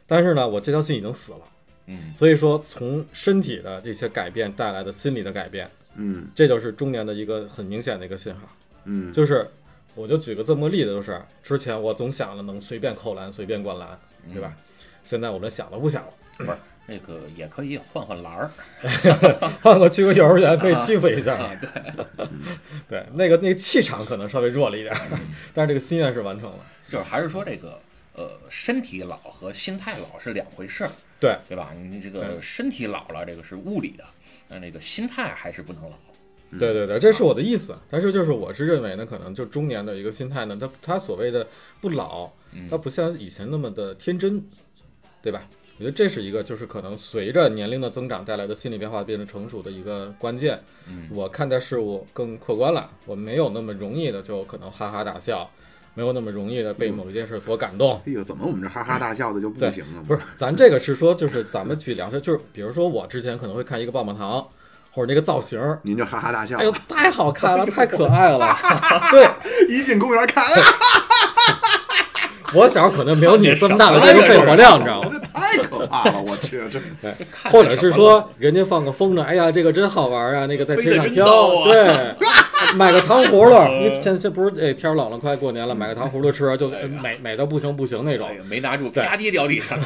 但是呢，我这条心已经死了。
嗯，
所以说，从身体的这些改变带来的心理的改变，
嗯
这就是中年的一个很明显的一个信号。
嗯，
就是，我就举个这么个例子，就是之前我总想着能随便扣篮、随便灌篮，对吧？现在我这想都不想了。
[laughs] 不是，那个也可以换换篮儿。
换我去个幼儿园被欺负一下，对，对，那个那个气场可能稍微弱了一点，但是这个心愿是完成了。
就是还是说这个呃，身体老和心态老是两回事儿，
对，
对吧？你这个身体老了，这个是物理的，但那个心态还是不能老。
对对对，这是我的意思。但是就是我是认为呢，可能就中年的一个心态呢，他他所谓的不老，他不像以前那么的天真，对吧？我觉得这是一个，就是可能随着年龄的增长带来的心理变化变得成熟的一个关键。
嗯
我看待事物更客观了，我没有那么容易的就可能哈哈大笑，没有那么容易的被某一件事所感动。
哎呦，怎么我们这哈哈大笑的就不
对
行了？
不是，咱这个是说，就是咱们去聊天，就是比如说我之前可能会看一个棒棒糖，或者那个造型，
您就哈哈大笑
哎，呦，太好看
[laughs]
了，太可爱了。对
一进公园看，啊
我小时候可能没有你这么大的这个肺活量，你知 [laughs]
[laughs]
道吗？
啊这太可怕了！我去，这
或者是说人家放个风筝，哎呀，这个真好玩啊，那个在天上飘，
飞
对。
[laughs]
买个糖葫芦，
嗯
因为现在这不是哎天儿冷了，快过年了，买个糖葫芦吃就哎美美到不行不行那种
哎。呀，没拿住，啪叽掉地上。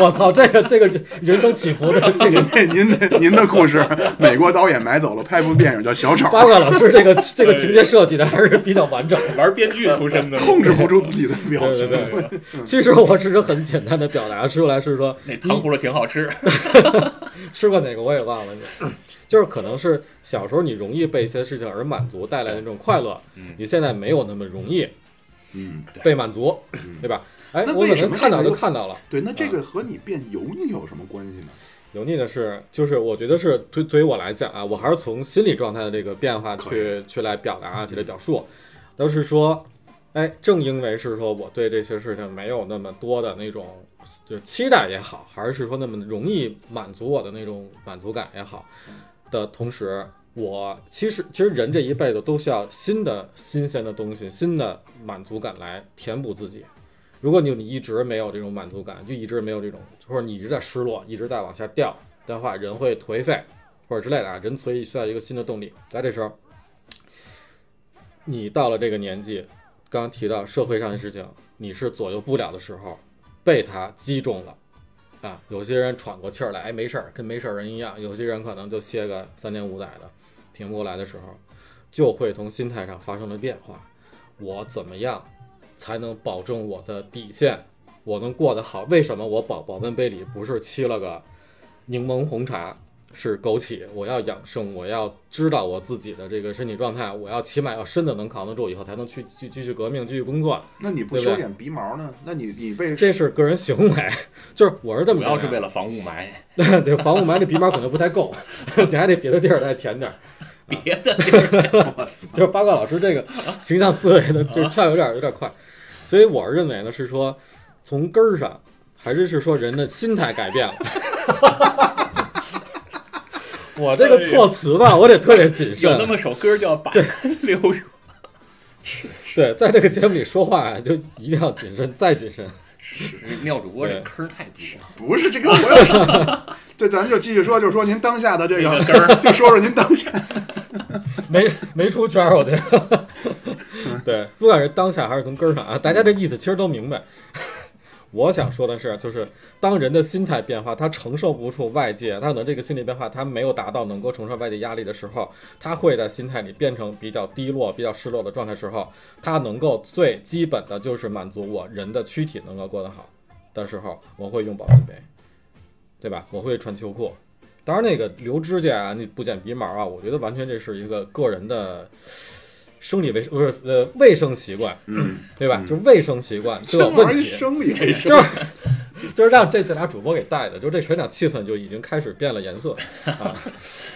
我操，这个这个人生起伏的这个
这 [laughs] 您的您的故事，美国导演买走了，拍部电影叫《小丑》，
八卦老师这个这个情节设计的还是比较完整。
玩编剧出身 [laughs] 的，
控制不住自己的表
对
情。
对对，其实我只是很简单的表达出来，是说
那糖葫芦挺好吃。
吃过哪个我也忘了，就是可能是小时候你容易被一些事情而满足带来的那种快乐，你现在没有那么容易
嗯，
被满足，对吧？哎，
那
我
为
可
什
能
么
看
这
到
个
就
又
看到了。
对，那这个和你变油腻有什么关系呢？
油腻的是，就是我觉得是对对于我来讲啊，我还是从心理状态的这个变化
可
去去来表达啊，去来表述，都是说，哎，正因为是说我对这些事情没有那么多的那种就期待也好，还是说那么容易满足我的那种满足感也好，的同时，我其实其实人这一辈子都需要新的新鲜的东西，新的满足感来填补自己。如果你你一直没有这种满足感，就一直没有这种，或者你一直在失落，一直在往下掉的话，人会颓废或者之类的啊。人所以需要一个新的动力，在这时候，你到了这个年纪，刚刚提到社会上的事情，你是左右不了的时候，被他击中了。啊，有些人喘过气儿来，哎，没事儿，跟没事儿人一样；有些人可能就歇个三天五载的，挺不过来的时候，就会从心态上发生了变化。我怎么样才能保证我的底线？我能过得好？为什么我保保温杯里不是沏了个柠檬红茶，是枸杞？我要养生，我要知道我自己的这个身体状态，我要起码要身子能扛得住，以后才能去继继续革命，继续工作。
那你不
对不
修
对
剪鼻毛呢？那你你被
这是个人行为，就是我是这
[laughs]
么
主要
认
是
为
为了防雾霾，
[laughs] 对，防雾霾这鼻毛可能不
[laughs]
太够，你还得别的地儿再填点儿。
别的地 [laughs] 儿
就是八卦老师这个形象思维的，就是跳有点儿有点儿快，所以我认为呢是说，从根儿上还是是说人的心态改变了。我这个措辞吧，我得特别 [laughs] 谨慎
有。那么首歌叫《把根留住》，
对，在这个节目里说话啊，就一定要谨慎，再谨慎。
妙主播这
对
坑儿太多了。
不是这跟我有什么？ [laughs] 对，咱就继续说，就是说您当下的这个，就说说您当下。
[laughs] 没没出圈儿，我觉得。 [laughs] 对，不管是当下还是从根儿上啊，大家这意思其实都明白。我想说的是，就是当人的心态变化，他承受不住外界，他可能这个心理变化，他没有达到能够承受外界压力的时候，他会在心态里变成比较低落、比较失落的状态时候，他能够最基本的就是满足我人的躯体能够过得好的时候，我会用保温杯，对吧？我会穿秋裤，当然，那个留指甲啊，那不剪鼻毛啊，我觉得完全这是一个个人的 [laughs] 生理卫生，不是呃卫生习惯，
嗯，
对吧？就卫生习惯就有问
意
题，
生理卫生，
就是 [laughs] 就是让这这俩主播给带的，就这全场气氛就已经开始变了颜色啊。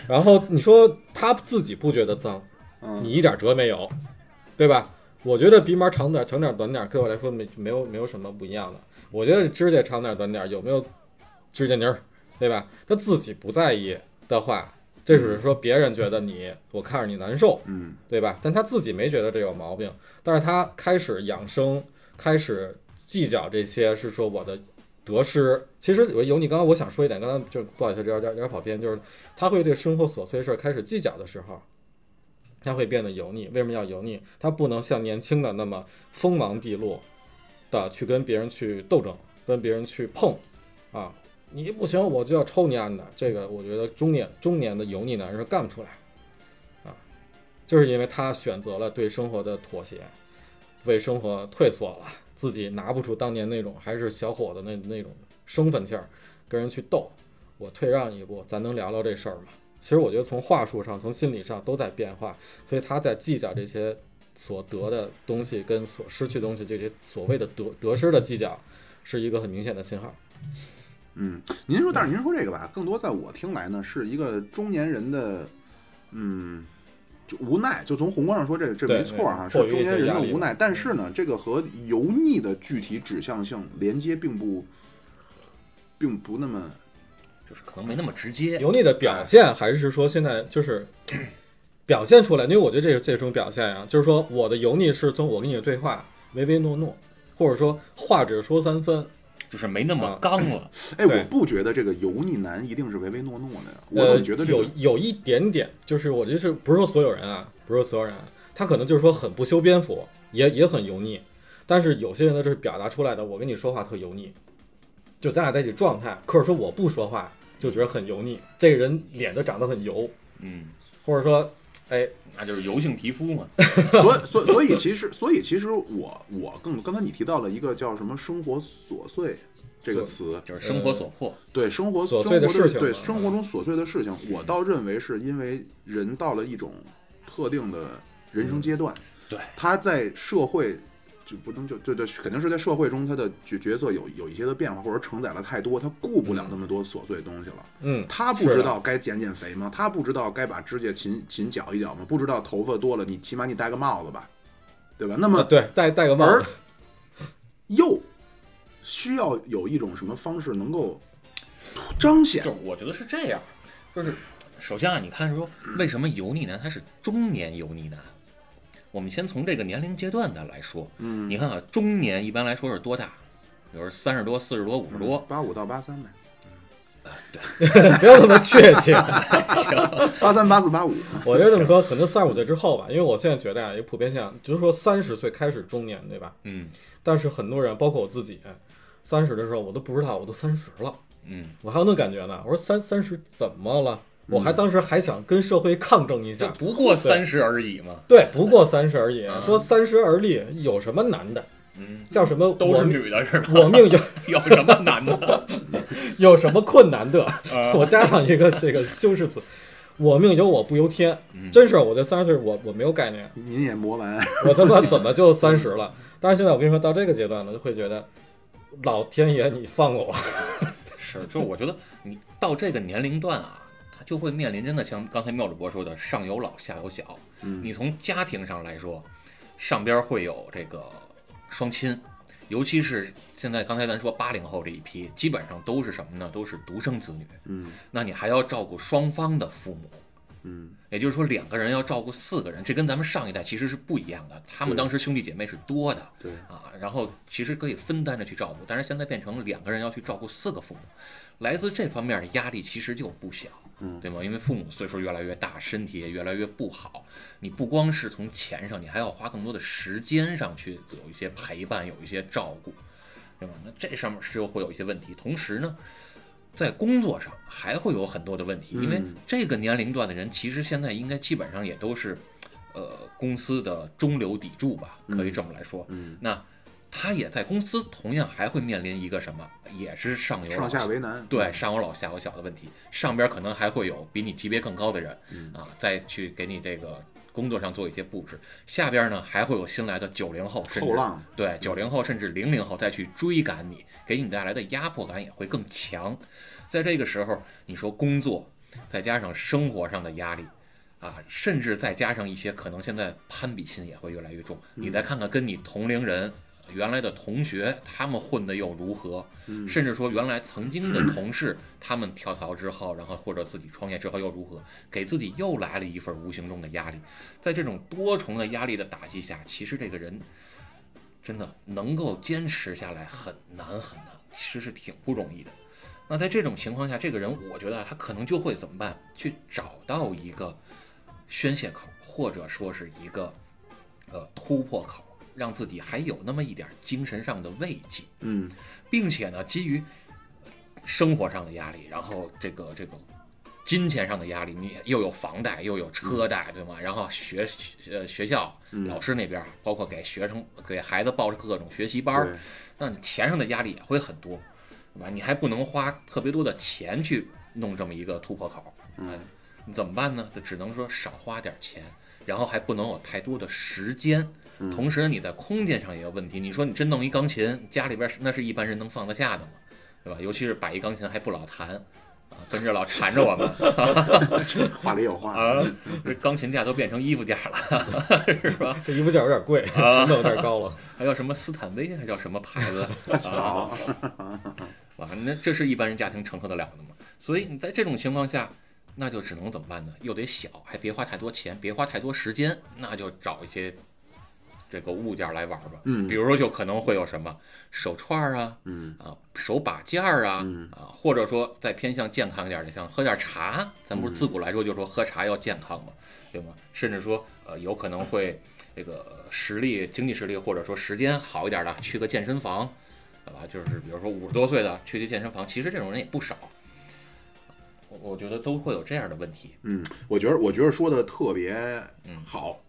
然后你说他自己不觉得脏，
嗯
你一点辙没有，对吧？我觉得鼻毛长点儿、长点儿、短点儿，对我来说没没有没有什么不一样的。我觉得指甲长点儿、短点儿，有没有指甲泥儿，对吧？他自己不在意的话，这只是说别人觉得你，我看着你难受，
嗯，
对吧？但他自己没觉得这有毛病，但是他开始养生，开始计较这些，是说我的得失。其实有有你刚刚我想说一点，刚刚就不好意思，有点有点有点跑偏，就是他会对生活琐碎事儿开始计较的时候，他会变得油腻。为什么要油腻？他不能像年轻的那么锋芒毕露的去跟别人去斗争，跟别人去碰啊。你不行，我就要抽你案的。这个我觉得中年中年的油腻男人是干不出来。啊就是因为他选择了对生活的妥协，为生活退缩了，自己拿不出当年那种还是小伙子那那种生分气儿，跟人去斗。我退让一步，咱能聊聊这事儿吗？其实我觉得从话术上、从心理上都在变化，所以他在计较这些所得的东西跟所失去的东西，这些所谓的得得失的计较，是一个很明显的信号。
嗯，您说，但是您说这个吧，更多在我听来呢，是一个中年人的，嗯，就无奈。就从宏观上说，这这
对
没错哈，是
对迫
中
于
年
一些
人
压
的
力嗯
无
嘛
奈。但是呢，这个和油腻的具体指向性连接并不，并不那么
[laughs] 就是可能没那么直接。
油腻的表现，还是说现在就是 [coughs] 表现出来？因为我觉得这这种表现呀、就是说我的油腻是从我跟你的对话唯唯诺诺，或者说话只说三分。
就是没那么
啊
刚了，
哎，
对
我不觉得这个油腻男一定是唯唯诺诺的呀，我
呃
总觉得，这个
有有一点点，就是我觉得是不是说所有人啊，不是说所有人、啊，他可能就是说很不修边幅，也也很油腻。但是有些人呢，就是表达出来的，我跟你说话特油腻，就咱俩在一起状态，或者说我不说话就觉得很油腻，这个人脸就长得很油，
嗯，
或者说，哎，
那就是油性皮 [laughs] 肤嘛，
[laughs] 所以，所以所以其实，所以其实我我更刚才你提到了一个叫什么“生活琐碎”这个词，
就是生活所迫。
对生活
琐碎的
生活
事情
对
嘛
生活中琐碎的事情，我倒认为是因为人到了一种特定的人
嗯
生阶段，
对
他在社会就不能就对对，肯定是在社会中他的角角色有有一些的变化，或者承载了太多，他顾不了那么多琐碎的东西了。
嗯，
他不
是的
知道该减减肥吗？他不知道该把指甲勤勤绞一绞吗？不知道头发多了，你起码你戴个帽子吧，对吧？那么
啊，对，戴戴个帽
而
儿，
又需要有一种什么方式能够彰显
就是我觉得是这样，就是首先啊，你看说为什么油腻男他是中年油腻男？我们先从这个年龄阶段的来说，
嗯
你看啊，中年一般来说是多大？比如三十多、四十多、五十多，
八五到八三呗，
呃，
不要那么确切。
八三八四八五，
我就这么说，可能三十五岁之后吧，因为我现在觉得啊，一个普遍现象就是说三十岁开始中年，对吧？
嗯
但是很多人，包括我自己，三十的时候我都不知道我都三十了，
嗯，
我还有那感觉呢。我说三三十怎么了？我还当时还想跟社会抗争一
就
下，
不过三十而已嘛。
对，不过三十而已
嗯，
说三十而立有什么难的？
嗯，
叫什么？
都
我
是
[laughs] 命，
女的是吧？ [laughs]
我命有
有什么难 [laughs] 的？
有什么困难的？
啊
我加上一个这个修饰词，我命由我不由天
嗯。
真是，我这三十岁，我我没有概念，
您也磨完，
我他妈怎么就三十了？但是现在我跟你说，到这个阶段呢，就会觉得老天爷，你放过我。
[laughs] 是，就是我觉得你到这个年龄段啊，他就会面临真的像刚才妙主播说的，上有老下有小。
嗯
你从家庭上来说，上边会有这个双亲，尤其是现在刚才咱说八零后这一批，基本上都是什么呢？都是独生子女。
嗯
那你还要照顾双方的父母，
嗯
也就是说两个人要照顾四个人，这跟咱们上一代其实是不一样的。他们
对
当时兄弟姐妹是多的，
对
啊，然后其实可以分担着去照顾，但是现在变成两个人要去照顾四个父母，来自这方面的压力其实就不小，
嗯
对吗？因为父母岁数越来越大，身体也越来越不好，你不光是从钱上，你还要花更多的时间上去有一些陪伴，有一些照顾，对吧？那这上面是会有一些问题。同时呢，在工作上还会有很多的问题，因为
嗯
这个年龄段的人，其实现在应该基本上也都是，呃，公司的中流砥柱吧，可以这么来说。
嗯，
那他也在公司同样还会面临一个什么，也是上有老
上下为难，
对，上有老下有小的问题，上边可能还会有比你级别更高的人、
嗯
啊，再去给你这个工作上做一些布置。下边呢还会有新来的九零后，甚至
后浪，
对九零后甚至零零后再去追赶你，给你带来的压迫感也会更强。在这个时候，你说工作，再加上生活上的压力。啊，甚至再加上一些可能现在攀比心也会越来越重。你再看看跟你同龄人、原来的同学，他们混的又如何？
嗯
甚至说原来曾经的同事，他们跳槽之后，然后或者自己创业之后又如何，给自己又来了一份无形中的压力。在这种多重的压力的打击下，其实这个人真的能够坚持下来很难很难，其实是挺不容易的。那在这种情况下，这个人我觉得啊他可能就会怎么办？去找到一个宣泄口，或者说是一个呃突破口，让自己还有那么一点精神上的慰藉。
嗯
并且呢，基于生活上的压力，然后这个这个金钱上的压力，你又有房贷，又有车贷，对吗？然后学呃学校
嗯
老师那边，包括给学生给孩子报各种学习班儿
对，
那你钱上的压力也会很多，对吧？你还不能花特别多的钱去弄这么一个突破口，嗯，你怎么办呢？就只能说少花点钱，然后还不能有太多的时间。同时，你在空间上也有问题。你说你真弄一钢琴，家里边是那是一般人能放得下的吗？对吧？尤其是摆一钢琴还不老弹，啊，跟着老缠着我们
话里有话，
啊， [laughs] 这钢琴架都变成衣服架了，是吧？
这衣服价有点贵，
啊
[laughs] 成本有点高了。
还有什么斯坦威，还叫什么牌 [laughs] 子啊？哇，啊那这是一般人家庭承受得了的吗？所以你在这种情况下，那就只能怎么办呢？又得小，还别花太多钱，别花太多时间，那就找一些这个物件来玩吧。
嗯
比如说就可能会有什么手串儿啊，
嗯
啊，手把件儿啊，
嗯
啊，或者说再偏向健康一点的，像喝点茶，咱
嗯
不是自古来说就说喝茶要健康嘛，对吗？甚至说呃，有可能会这个呃实力、经济实力或者说时间好一点的，去个健身房，对吧？就是比如说五十多岁的去去健身房，其实这种人也不少。我我觉得都会有这样的问题，
嗯，我觉得我觉得说的特别
嗯
好，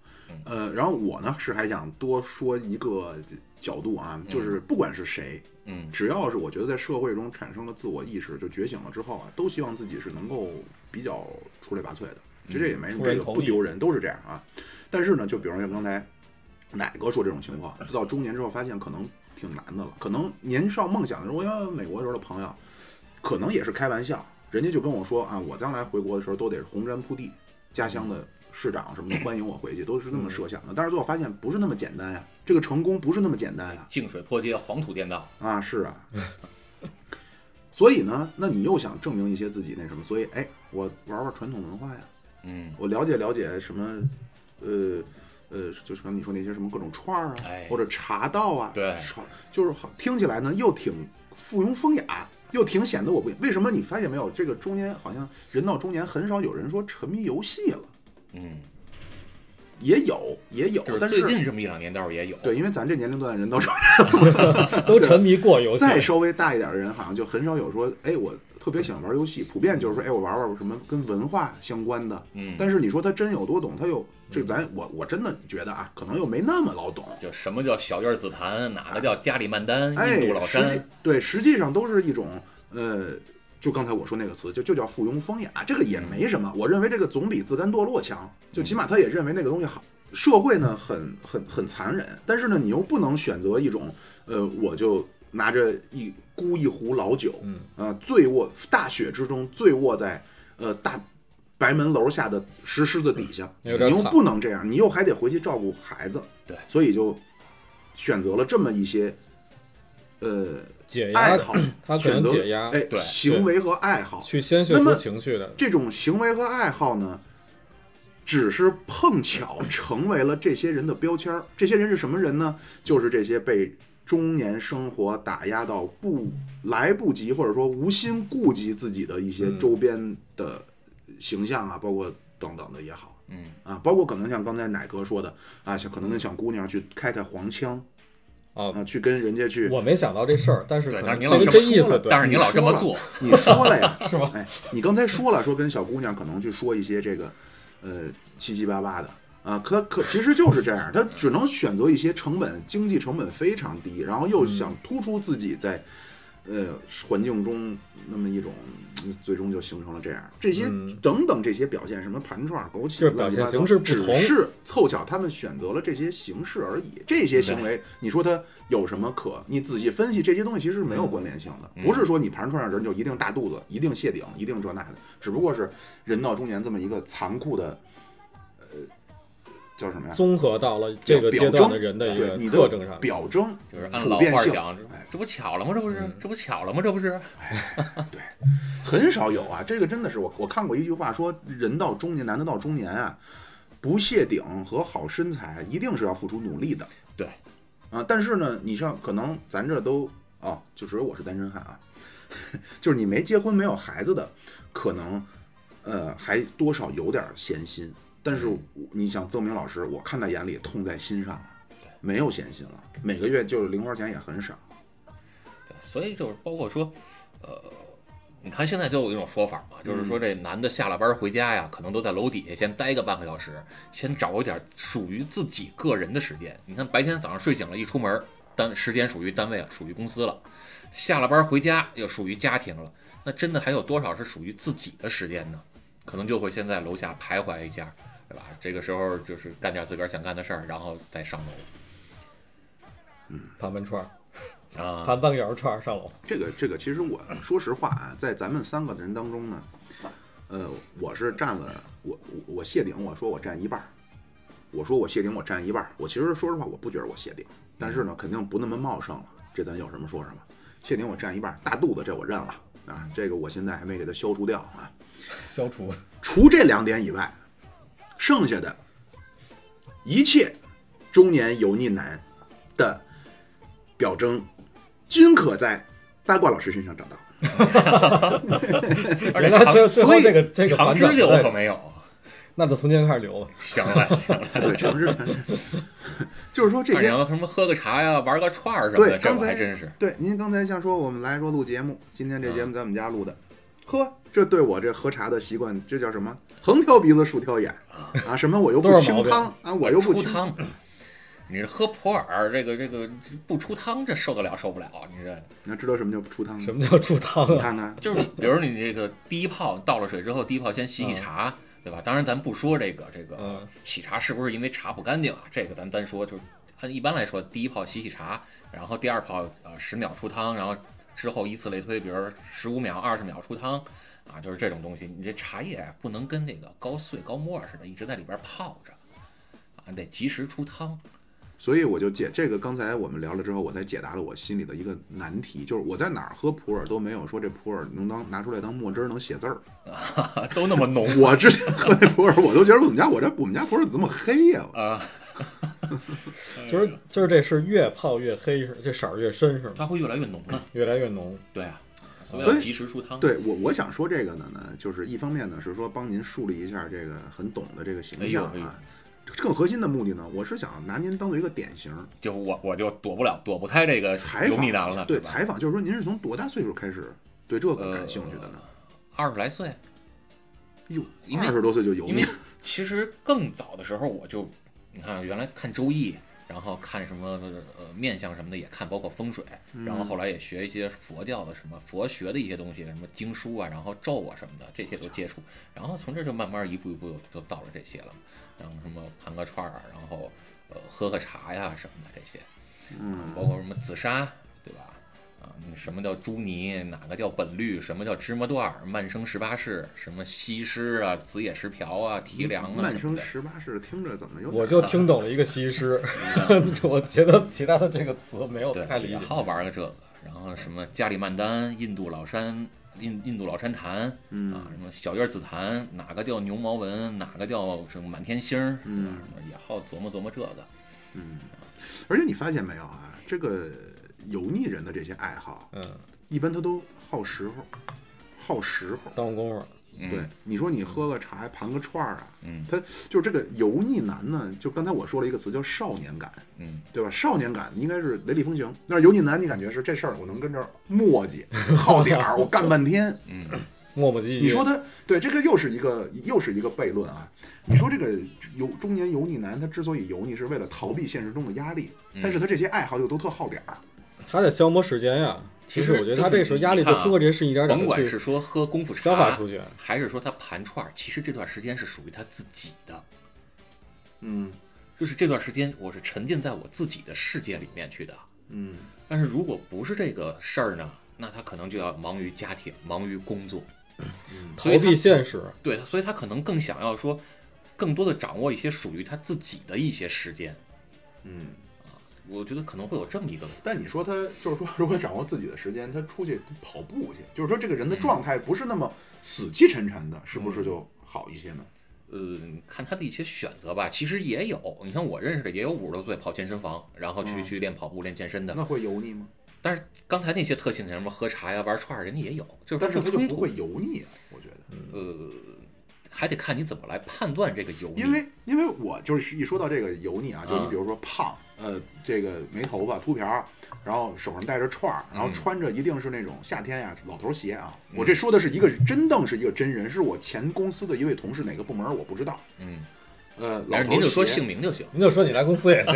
呃，然后我呢是还想多说一个角度啊，就是不管是谁，
嗯
只要是我觉得在社会中产生了自我意识，就觉醒了之后啊，都希望自己是能够比较出类拔萃的。其实这也没什么，
嗯出人
这个
头
不
地
丢人，都是这样啊。但是呢，就比如像刚才奶哥说这种情况，到中年之后发现可能挺难的了。可能年少梦想的时候，我像美国时候的朋友，可能也是开玩笑，人家就跟我说啊，我将来回国的时候都得是红毡铺地，家乡的市长什么的欢迎我回去，都是那么设想的。但是最后发现不是那么简单呀，这个成功不是那么简单啊呀。
净水坡街黄土店道，
啊，是啊。 [laughs] 所以呢，那你又想证明一些自己那什么，所以哎，我玩玩传统文化呀，
嗯，
我了解了解什么，呃呃，就是刚你说那些什么各种串儿啊，
哎
或者茶道啊，
对
炒，就是好听起来呢又挺附庸风雅，又挺显得我不为什么你发现没有？这个中间好像人到中年，很少有人说沉迷游戏了，
嗯，
也有也有
就，
但
是
是
最近这么一两年倒是也有，
对，因为咱这年龄段人到中
都沉迷过游戏，
再稍微大一点的人，好像就很少有说，哎，我特别喜欢玩游戏，普遍就是说，哎，我玩玩什么跟文化相关的。
嗯
但是你说他真有多懂，他又这咱我我真的觉得啊，可能又没那么老懂。
就什么叫小院紫檀，哪个叫加里曼丹、
哎，
嗯印度老
实际
山，
对，实际上都是一种呃，就刚才我说那个词，就就叫附庸风雅，这个也没什
嗯
么。我认为这个总比自甘堕落强，就起码他也认为那个东西好。社会呢，很很很残忍，但是呢，你又不能选择一种，呃，我就拿着一孤一壶老酒，
嗯
啊，醉卧大雪之中，醉卧在呃大白门楼下的石狮子底下，
嗯有点
你又
惨
不能这样，你又还得回去照顾孩子，
对
所以就选择了这么一些，呃，
解压
爱
的
好，
[coughs] 他可
选
能
择
解压，
哎，
对
行为和爱好，
去宣泄
那
出
么
情绪的，
这种行为和爱好呢，只是碰巧成为了这些人的标签儿。这些人是什么人呢？就是这些被中年生活打压到不来不及，或者说无心顾及自己的一些周边的形象啊，包括等等的也好。
嗯
啊，包括可能像刚才奶哥说的啊，像可能跟小姑娘去开开黄腔
啊
啊，去跟人家去，
我没想到这事儿，但是
对，
可
但是
能
您老
这个
这
这
么
意
说
思，
了
对，
但是您老
你
这么
说了
做，
你说了呀，
[laughs] 是吗？
哎，你刚才说了，说跟小姑娘可能去说一些这个，呃，七七八八的啊，可可其实就是这样，她只能选择一些成本经济成本非常低，然后又想突出自己在，呃，环境中那么一种，嗯最终就形成了这样这些
嗯
等等这些表现，什么盘串、枸杞
就是，
乱七八
表现
糟
形式不
只
同
是凑巧他们选择了这些形式而已。这些行为，你说它有什么可？你仔细分析这些东西，其实是没有关联性的。
嗯
不是说你盘串上人就一定大肚子，一定谢顶，一定这那的，只不过是人到中年这么一个残酷的，呃，叫什么呀？
综合到了这个
表
阶
征
段的人的一
对
个
你
特征
的
上，
表征
就是按
普
老
遍
话
性，
讲，
哎
这不巧了吗？这不是
嗯，
这不巧了吗？这不是，
很少有啊。这个真的是我我看过一句话说，人到中年，男的到中年啊，不谢顶和好身材一定是要付出努力的。
对，
啊，但是呢，你像可能咱这都啊、就只有我是单身汉啊， [laughs] 就是你没结婚没有孩子的，可能呃还多少有点闲心。但是我你想，邹明老师，我看在眼里，痛在心上啊，没有闲心了，每个月就是零花钱也很少。
所以就是包括说，呃，你看现在就有一种说法嘛，就是
嗯
说这男的下了班回家呀，可能都在楼底下先待个半个小时，先找一点属于自己个人的时间。你看白天早上睡醒了，一出门，单时间属于单位了，属于公司了；下了班回家又属于家庭了。那真的还有多少是属于自己的时间呢？可能就会先在楼下徘徊一下，对吧？这个时候就是干点自个儿想干的事儿，然后再上楼
盘盘串儿，
啊。
盘半个小时串儿上楼，
这个这个，其实我说实话啊，在咱们三个人当中呢，呃，我是占了我我我谢顶，我说我占一半儿，我说我谢顶，我占一半儿。我其实说实话，我不觉得我谢顶，但是呢，肯定不那么茂盛了，这咱有什么说什么。谢顶我占一半儿，大肚子这我认了啊，这个我现在还没给它消除掉啊。
消除
除这两点以外，剩下的一切中年油腻男的表征，均可在八卦老师身上
[laughs]
找
而
到。
且
原来
长
最最后
所以
这个这个
长
反转
指甲
不
我
对
可没有啊。
那就从今天开始留了。
行了，
[laughs]
行了
对，长治，长治， [laughs] 就是说这
然
些。
后什么喝个茶呀，玩个串儿什么的，
对
这我
刚才
还真是
对，您刚才像说我们来说录节目，今天这节
嗯
目在我们家录的，呵，这对我这喝茶的习惯，这叫什么？横挑鼻子竖挑眼啊！什么我又不
都是毛
清
病
汤啊，我又不
出
清
汤。你这喝普洱，这个这个不出汤，这受得了受不了？你这
你知道什么叫出汤吗？
什么叫出汤
你
啊？
看看，
就是，比如你这个第一泡倒了水之后，第一泡先洗洗茶，对吧？当然，咱不说这个这个
嗯
洗茶是不是因为茶不干净啊，这个咱单说，就是按一般来说，第一泡洗洗茶，然后第二泡呃十秒出汤，然后之后依次类推，比如十五秒、二十秒出汤。啊，就是这种东西，你这茶叶啊不能跟这个高碎高沫似的，一直在里边泡着，啊，你得及时出
[laughs]
汤。
所以我就解这个，刚才我们聊了之后，我才解答了我心里的一个难题，就是我在哪儿喝普洱都没有说这普洱能当拿出来当墨汁儿能写字儿。
都 [laughs] 那么浓
我之前喝那普洱，我都觉得我们家我这我们家普洱怎么这么黑呀、
啊！
嗯就是就是这是越泡越黑是这色儿越深是吗？
它会越来越浓了。
越来越浓，
对啊，所以
嗯所
要
以
及时出汤。
对我我想说这个呢呢，就是一方面呢是说帮您树立一下这个很懂的这个形象
哎呦哎呦
啊，更核心的目的呢，我是想拿您当做一个典型儿
就我我就躲不了，躲不开这个
采
油腻
访
男了，
对
啊吧？
采访就是说您是从多大岁数开始对这个
呃
感兴趣的呢？
二十来岁，
哟
因，为
二十多岁就油
因
腻
为， [laughs] 其实更早的时候我就，你看原来看《周易》，然后看什么呃面相什么的也看，包括风水，然后后来也学一些佛教的什么佛学的一些东西，什么经书啊，然后咒啊什么的这些都接触，然后从这就慢慢一步一步就到了这些了，然后什么盘个串儿啊，然后呃喝喝茶呀什么的这些，啊
嗯，
包括什么紫砂，对吧？啊，那什么叫朱泥？哪个叫本绿？什么叫芝麻段儿？蔓生十八式？什么西施啊、紫野石瓢啊、提梁啊什
慢
么
嗯生
的？
十八式听着怎么有点
我就听懂了一个西施，
嗯
[laughs] 我觉得其他的这个词没有太
对，
理
也
解。
好玩个这个。然后什么加里曼丹、印度老山、印印度老山檀
嗯
啊，什么小叶紫檀，哪个叫牛毛纹？哪个叫什么满天星儿？
嗯
是吧？什么也好琢磨琢磨这个。
而且你发现没有啊，这个油腻人的这些爱好，
嗯，
一般他都好时候，好时候。
耽误功夫，
嗯
对，，你说你喝个茶，盘个串儿啊，
嗯
他就是这个油腻男呢，就刚才我说了一个词叫少年感，
嗯，
对吧？少年感应该是雷厉风行，但是油腻男你感觉是这事儿我能跟这儿磨叽耗点儿，我干半天。
嗯
磨磨唧唧。
你说他对这个又是一个又是一个悖论啊！你说这个油中年油腻男他之所以油腻，是为了逃避现实中的压力，但是他这些爱好又都特耗点儿。
他在消磨时间呀。
其
就是
实
我觉得他这时候压力就
就是你看啊
通过这些事情一点点
甭
的
管是
去
说喝功夫茶，
消化出去。
还是说他盘串儿，其实这段时间是属于他自己的，
嗯
就是这段时间我是沉浸在我自己的世界里面去的。
嗯，
但是如果不是这个事儿呢，那他可能就要忙于家庭，忙于工作，
逃
所以他
避现实，
对，所以他可能更想要说，更多的掌握一些属于他自己的一些时间。
嗯，
我觉得可能会有这么一个，
但你说他就是说，如果掌握自己的时间，他出去跑步去，就是说这个人的状态不是那么死气沉沉
嗯
的，是不是就好一些呢？
呃，看他的一些选择吧。其实也有，你看我认识的也有五十多岁跑健身房，然后去、
哦
去练跑步、练健身的。
那会油腻吗？
但是刚才那些特性，什么喝茶呀、玩串儿，人家也有，就是
但是
不
他就
冲
不
突
会。油腻啊，我
[laughs]
觉得，
呃，还得看你怎么来判断这个油腻。
因为因为我就是一说到这个油腻啊，就你
嗯
比如说胖，呃，这个没头发、秃瓢儿，然后手上戴着串儿，然后
嗯
穿着一定是那种夏天呀、老头儿鞋啊。我这说的是一个真正是一个真人，是我前公司的一位同事，哪个部门儿我不知道。
嗯，
呃，老
但
头
是
儿
您就说
鞋
姓名就行。
您就说你来公司
[laughs]
也行，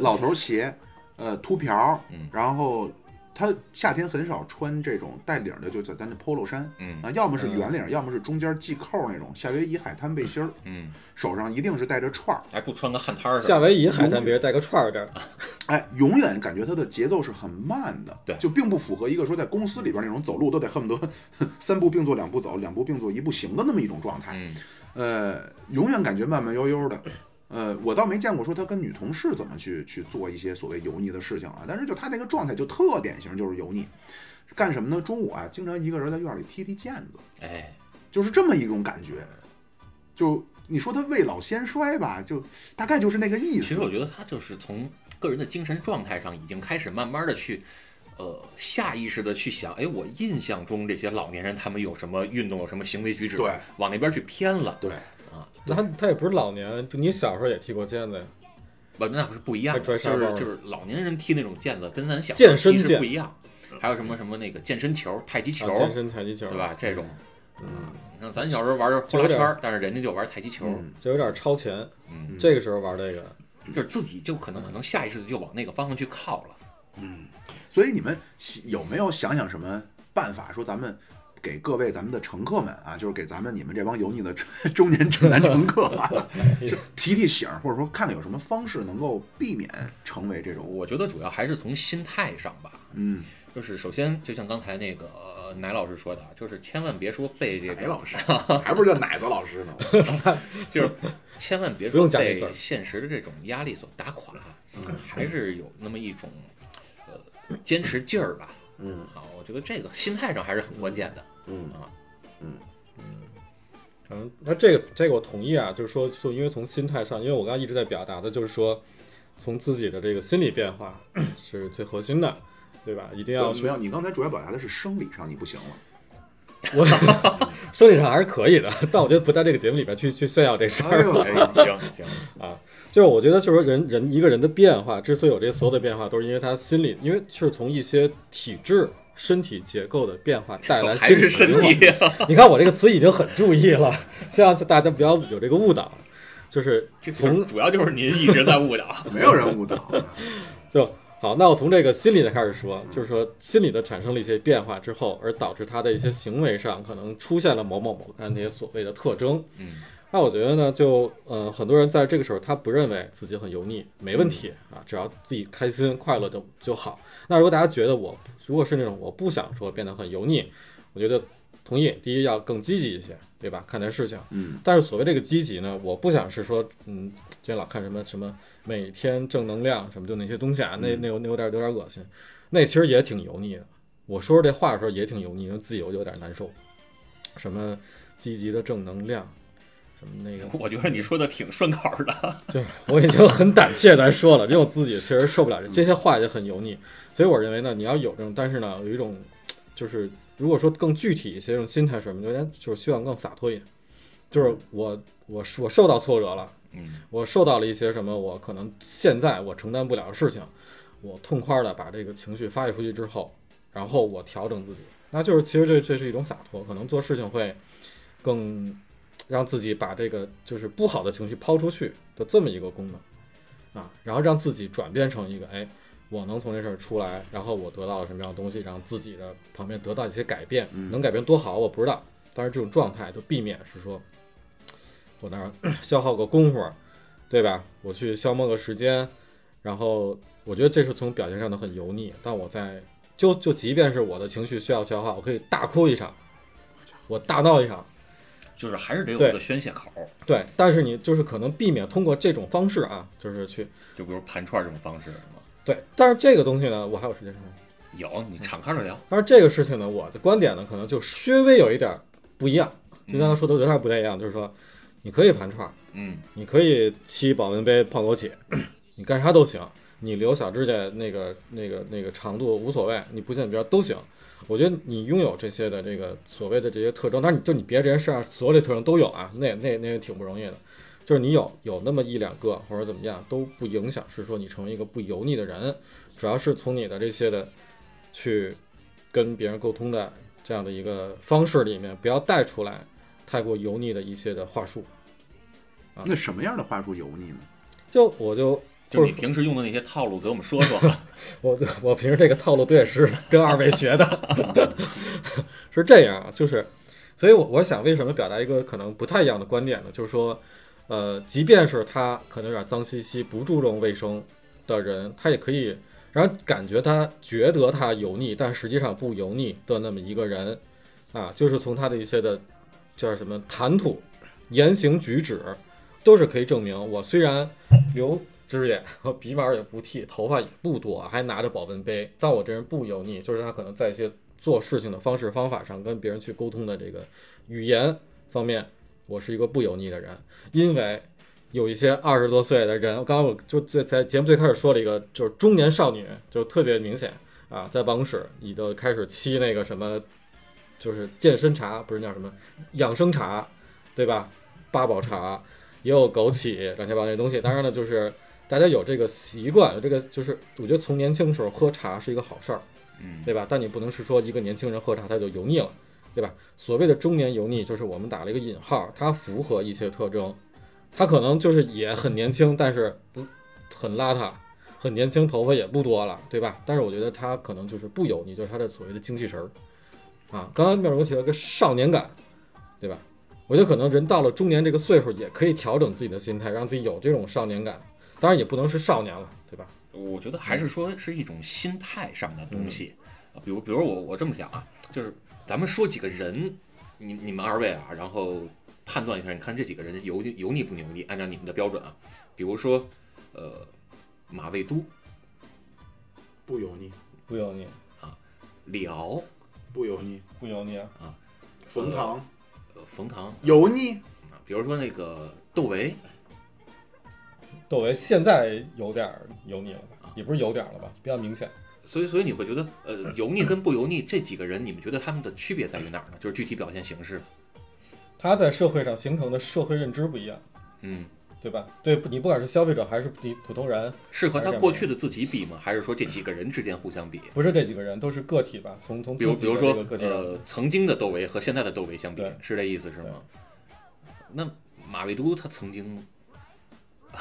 老头儿鞋，呃，秃瓢儿，
嗯
然后他夏天很少穿这种带领儿的，就叫咱这 polo 衫，
嗯
啊，要么是圆领儿，要么是中间系扣儿那种夏威夷海滩背心儿，
嗯，
手上一定是带着串儿，
还不穿个汗衫儿似
夏
的。
威夷
嗯
海滩别人带个串儿这儿，
哎，永远感觉他的节奏是很慢的，
对
就并不符合一个说在公司里边儿那种走路都得恨不得 [laughs] 三步并作两步走，两步并作一步行的那么一种状态，
嗯
呃，永远感觉慢慢悠悠的。呃，我倒没见过说他跟女同事怎么去去做一些所谓油腻的事情啊，但是就他那个状态就特典型，就是油腻。干什么呢？中午啊，经常一个人在院里踢踢毽子，
哎，
就是这么一种感觉。就你说他未老先衰吧，就大概就是那个意
其
思
实。我觉得他就是从个人的精神状态上已经开始慢慢的去，呃，下意识的去想，哎，我印象中这些老年人他们有什么运动，有什么行为举止，
对，
往那边去偏了。
对，
他他也不是老年，就你小时候也踢过毽子呀，
不，那不是不一样的，
还拽
就
沙包
是
呢
就是老年人踢那种毽子，跟咱小时候
健身
踢是
毽
不一样。还有什么什么那个健身球、太极球，
啊健身、太极球，
对吧？这种，嗯，你看咱小时候玩呼
就有
啦
点
圈儿，但是人家就玩太极球，
嗯
就有点超前。
嗯
这个时候玩这个，
就是自己就可能可能下意识地就往那个方向去靠了。
所以你们有没有想想什么办法，说咱们给各位咱们的乘客们啊，就是给咱们你们这帮油腻的中年直男乘客、啊，就提提醒，或者说看看有什么方式能够避免成为这种，
我觉得主要还是从心态上吧，
嗯，
就是首先，就像刚才那个呃奶老师说的啊，就是千万别说被这
奶
个，
老师，还不是叫奶子老师呢？
就是千万别
不用
说
加这字
被
儿
现实的这种压力所打垮，啊还是有那么一种呃坚持劲儿吧。
嗯
啊，我觉得这个心态上还是很关键的。
嗯
啊，
嗯，那这个这个我同意啊，就是说，就因为从心态上，因为我刚才一直在表达的就是说，从自己的这个心理变化 [coughs] 是最核心的，对吧？一定要
没有，你刚才主要表达的是生理上你不行了。
我 [laughs] 生理上还是可以的，但我觉得不在这个节目里边去去炫耀这事儿。
呦
哎，行行，
就是我觉得，就是说人人一个人的变化，之所以有这所有的变化，都是因为他心理，因为是从一些体质、身体结构的变化带来
[laughs] 还
心理
是
的
身
变化。
体啊，
你看我这个词已经很注意了，希望大家不要有这个误导，就是
[laughs] 这就是
从
主要就是您一直在误导。
没有人误导，
就好，那我从这个心理的开始说，就是说心理的产生了一些变化之后，而导致他的一些行为上可能出现了某某某的那些所谓的特征。
嗯，
那我觉得呢，就呃，很多人在这个时候他不认为自己很油腻，没问题啊，只要自己开心快乐就就好。那如果大家觉得我如果是那种我不想说变得很油腻，我觉得同意，第一要更积极一些，对吧？看待事情。
嗯，
但是所谓这个积极呢，我不想是说，嗯，今天老看什么什么每天正能量什么就那些东西啊，那那有那有点有点恶心，那其实也挺油腻的。我说这话的时候也挺油腻，因为自己我就有点难受。什么积极的正能量，什么那个，
[laughs] 我觉得你说的挺顺口
[laughs]
的，
就我已经很胆怯来说了，因为我自己确实受不了这这些话也很油腻，所以我认为呢，你要有这种，但是呢，有一种就是如果说更具体一些，这种心态是什么，就是就是希望更洒脱一点，就是我我我受到挫折了，
嗯，
我受到了一些什么，我可能现在我承担不了的事情，我痛快的把这个情绪发泄出去之后，然后我调整自己，那就是其实这这是一种洒脱，可能做事情会更让自己把这个就是不好的情绪抛出去的这么一个功能啊，然后让自己转变成一个哎，我能从这事儿出来，然后我得到了什么样的东西，让自己的旁边得到一些改变，能改变多好我不知道，但是这种状态就避免是说。我那儿消耗个功夫，对吧？我去消磨个时间，然后我觉得这是从表现上的很油腻，但我在就就即便是我的情绪需要消化，我可以大哭一场，我大闹一场，
就是还是得有
对
一个宣泄口，
对。但是你就是可能避免通过这种方式啊，就是去
就比如盘串这种方式，是吗？
对。但是这个东西呢，我还有时间说。
有，你敞开着聊，
但是这个事情呢，我的观点呢，可能就稍微有一点不一样，就刚才说的有点不太一样，就是说你可以盘串，
嗯，
你可以沏保温杯泡枸杞， [clears throat] 你干啥都行，你留小指甲那个那个那个长度无所谓，你不信你边都行。我觉得你拥有这些的这个所谓的这些特征，但是你就你别这件事儿，所有的特征都有啊，那那那也挺不容易的。就是你有有那么一两个或者怎么样都不影响，是说你成为一个不油腻的人，主要是从你的这些的去跟别人沟通的这样的一个方式里面，不要带出来太过油腻的一些的话术。
那什么样的话术油腻呢？
就我就
就
或
你
者
平时用的那些套路，给我们说说。
[laughs] 我我平时这个套路对是跟二位学的， [laughs] 是这样啊，就是，所以我我想为什么表达一个可能不太一样的观点呢？就是说，呃，即便是他可能有点脏兮兮、不注重卫生的人，他也可以然后感觉他觉得他油腻，但实际上不油腻的那么一个人，啊，就是从他的一些的叫什么谈吐、言行举止，都是可以证明我虽然留指甲和鼻毛也不剃，头发也不多，还拿着保温杯，但我这人不油腻，就是他可能在一些做事情的方式方法上跟别人去沟通的这个语言方面，我是一个不油腻的人，因为。有一些二十多岁的人，刚刚我就最在节目最开始说了一个，就是中年少女，就特别明显啊，在办公室你就开始沏那个什么，就是健身茶，不是叫什么养生茶，对吧？八宝茶，也有枸杞，乱七八糟这东西。当然了，就是大家有这个习惯，有这个就是，我觉得从年轻的时候喝茶是一个好事儿，
嗯，
对吧？但你不能是说一个年轻人喝茶他就油腻了，对吧？所谓的中年油腻，就是我们打了一个引号，它符合一些特征，他可能就是也很年轻，但是嗯很邋遢。很年轻，头发也不多了，对吧？但是我觉得他可能就是不油腻，就是他的所谓的精气神儿，啊。刚刚妙如提到一个少年感，对吧？我觉得可能人到了中年这个岁数，也可以调整自己的心态，让自己有这种少年感。当然也不能是少年了，对吧？
我觉得还是说是一种心态上的东西，
嗯
啊比如比如我我这么想啊，就是咱们说几个人，你你们二位啊，然后判断一下，你看这几个人油腻油腻不油腻？按照你们的标准啊，比如说，呃，马未都、
不油腻，
不油腻，
李敖、
不油腻，
不油腻啊！
冯唐，
呃冯唐啊，
油腻，
比如说那个窦唯，
窦唯现在有点儿油腻了吧，也不是有点儿了吧，比较明显。
所以所以你会觉得，呃，
嗯
油腻跟不油腻这几个人，你们觉得他们的区别在于哪儿呢？就是具体表现形式。
他在社会上形成的社会认知不一样，
嗯，
对吧？对你不管是消费者还是你普通人，
是和他过去的自己比吗？还是说这几个人之间互相比？
不是这几个人，都是个体吧？从从
比
自
如比
己的
如
这
说
个个体上
呃，曾经的窦唯和现在的窦唯相比
对，
是这意思是吗？那马未都他曾经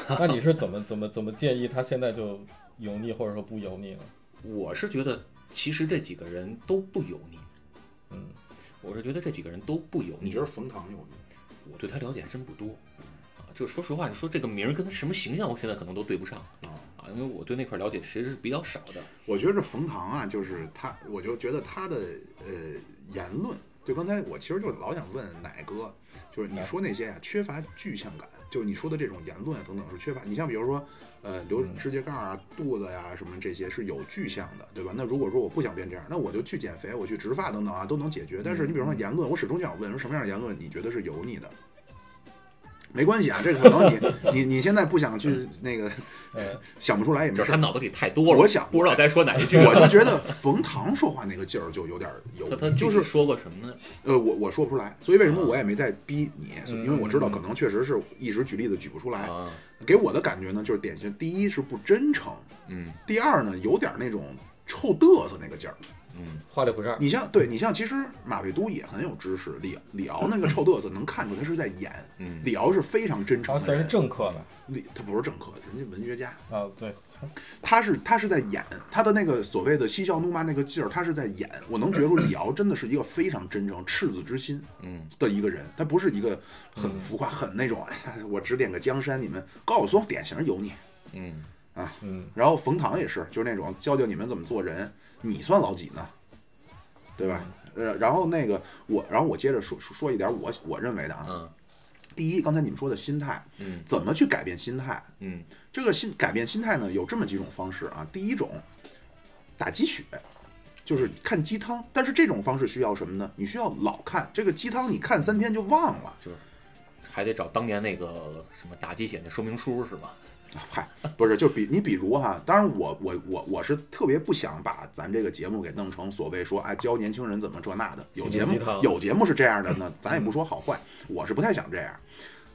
呃
那你是怎么怎么怎么建议他现在就油腻或者说不油腻呢？
我是觉得，其实这几个人都不油腻。
嗯，
我是觉得这几个人都不油
你
腻
觉。得冯唐油腻？
我对他了解还真不多，啊，就说实话，你说这个名儿跟他什么形象，我现在可能都对不上啊，因为我对那块儿了解其实是比较少的。
我觉得这冯唐啊，就是他，我就觉得他的呃言论，就刚才我其实就老想问奶哥，就是你说那些啊，缺乏具象感，就是你说的这种言论啊等等是缺乏。你像比如说，呃，留指甲盖儿啊、肚子呀、什么这些是有具象的，对吧？那如果说我不想变这样，那我就去减肥，我去植发等等啊，都能解决。但是你比如说言论，我始终想问，说什么样的言论你觉得是油腻的？没关系啊，这可能你你你现在不想去那个
呃，
想不出来也
就
没
是
事
他
儿。
脑子里太多了，
我想
不知道该说哪一句
我
了。
就觉得冯唐说话那个劲儿就有点儿油
他他
腻，就
具体啊
是
说过什么呢？
呃，我我说不出来，所以为什么我也没再逼你，
嗯
因为我知道可能确实是一时举例子举不出来。
啊，
给我的感觉呢，就是典型，第一是不真诚，
嗯
第二呢有点那种臭嘚瑟那个劲儿。
嗯，
[laughs] 花里胡哨，
你像对你像，其实马未都也很有知识，李李敖那个臭嘚瑟能看出他是在演，
嗯
李敖是非常真
然
诚
后
的
算是
人，
政客吧？
李他不是政客，人家文学家，
啊，对，
他是他是在演他的那个所谓的嬉笑怒骂那个劲儿，他是在演。我能觉出李敖真的是一个非常真诚、赤子之心，
嗯
的一个人，他不是一个很浮夸、很那种，哎呀，我指点个江山，你们高晓松典型油腻。
嗯，
嗯，
然后冯唐也是，就是那种教教你们怎么做人，你算老几呢？对吧？呃，然后那个我，然后我接着说说说一点我我认为的啊，
啊，
第一，刚才你们说的心态，
嗯
怎么去改变心态？
嗯
这个心改变心态呢，有这么几种方式啊。第一种，打鸡血，就是看鸡汤，但是这种方式需要什么呢？你需要老看这个鸡汤，你看三天就忘了。
还得找当年那个什么打鸡血的说明书是吧？
嗨，不是，就比你比如哈，当然我我我我是特别不想把咱这个节目给弄成所谓说哎教年轻人怎么这那的，有节目
心灵鸡汤
有节目是这样的
[laughs]
呢，咱也不说好坏，我是不太想这样。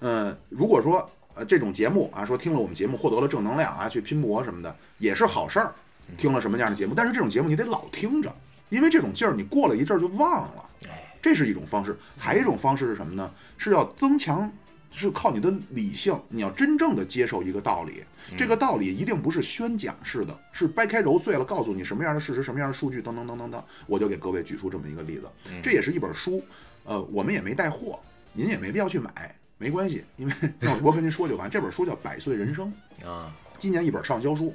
嗯，如果说呃这种节目啊，说听了我们节目获得了正能量啊，去拼搏什么的也是好事儿，
嗯
听了什么样的节目，但是这种节目你得老听着，因为这种劲儿你过了一阵儿就忘了。
哎，
这是一种方式。还有一种方式是什么呢？是要增强，是靠你的理性，你要真正的接受一个道理。这个道理一定不是宣讲式的，是掰开揉碎了告诉你什么样的事实、什么样的数据，等等等等等。我就给各位举出这么一个例子，这也是一本书，呃，我们也没带货，您也没必要去买。没关系，因为 [laughs] 让主播跟您说就完。这本书叫《百岁人生》，
啊，
今年一本畅销书。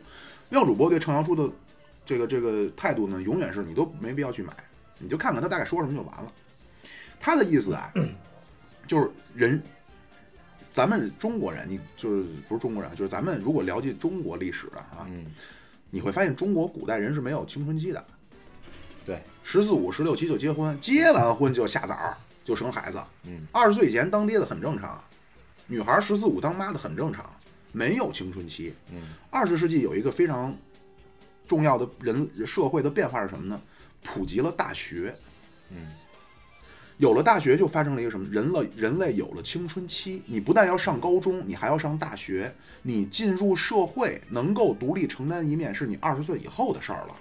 廖主播对畅销书的这个这个态度呢，永远是你都没必要去买，你就看看他大概说什么就完了。他的意思啊，就是人，咱们中国人，你就是不是中国人，就是咱们如果了解中国历史啊，
嗯，
你会发现中国古代人是没有青春期的，
对，
十四五、十六七就结婚，结完婚就下崽儿，就生孩子。
嗯，
二十岁以前当爹的很正常，女孩十四五当妈的很正常，没有青春期。
嗯，
二十世纪有一个非常重要的人社会的变化是什么呢？普及了大学。
嗯，
有了大学就发生了一个什么？人类人类有了青春期，你不但要上高中，你还要上大学，你进入社会能够独立承担一面，是你二十岁以后的事儿了。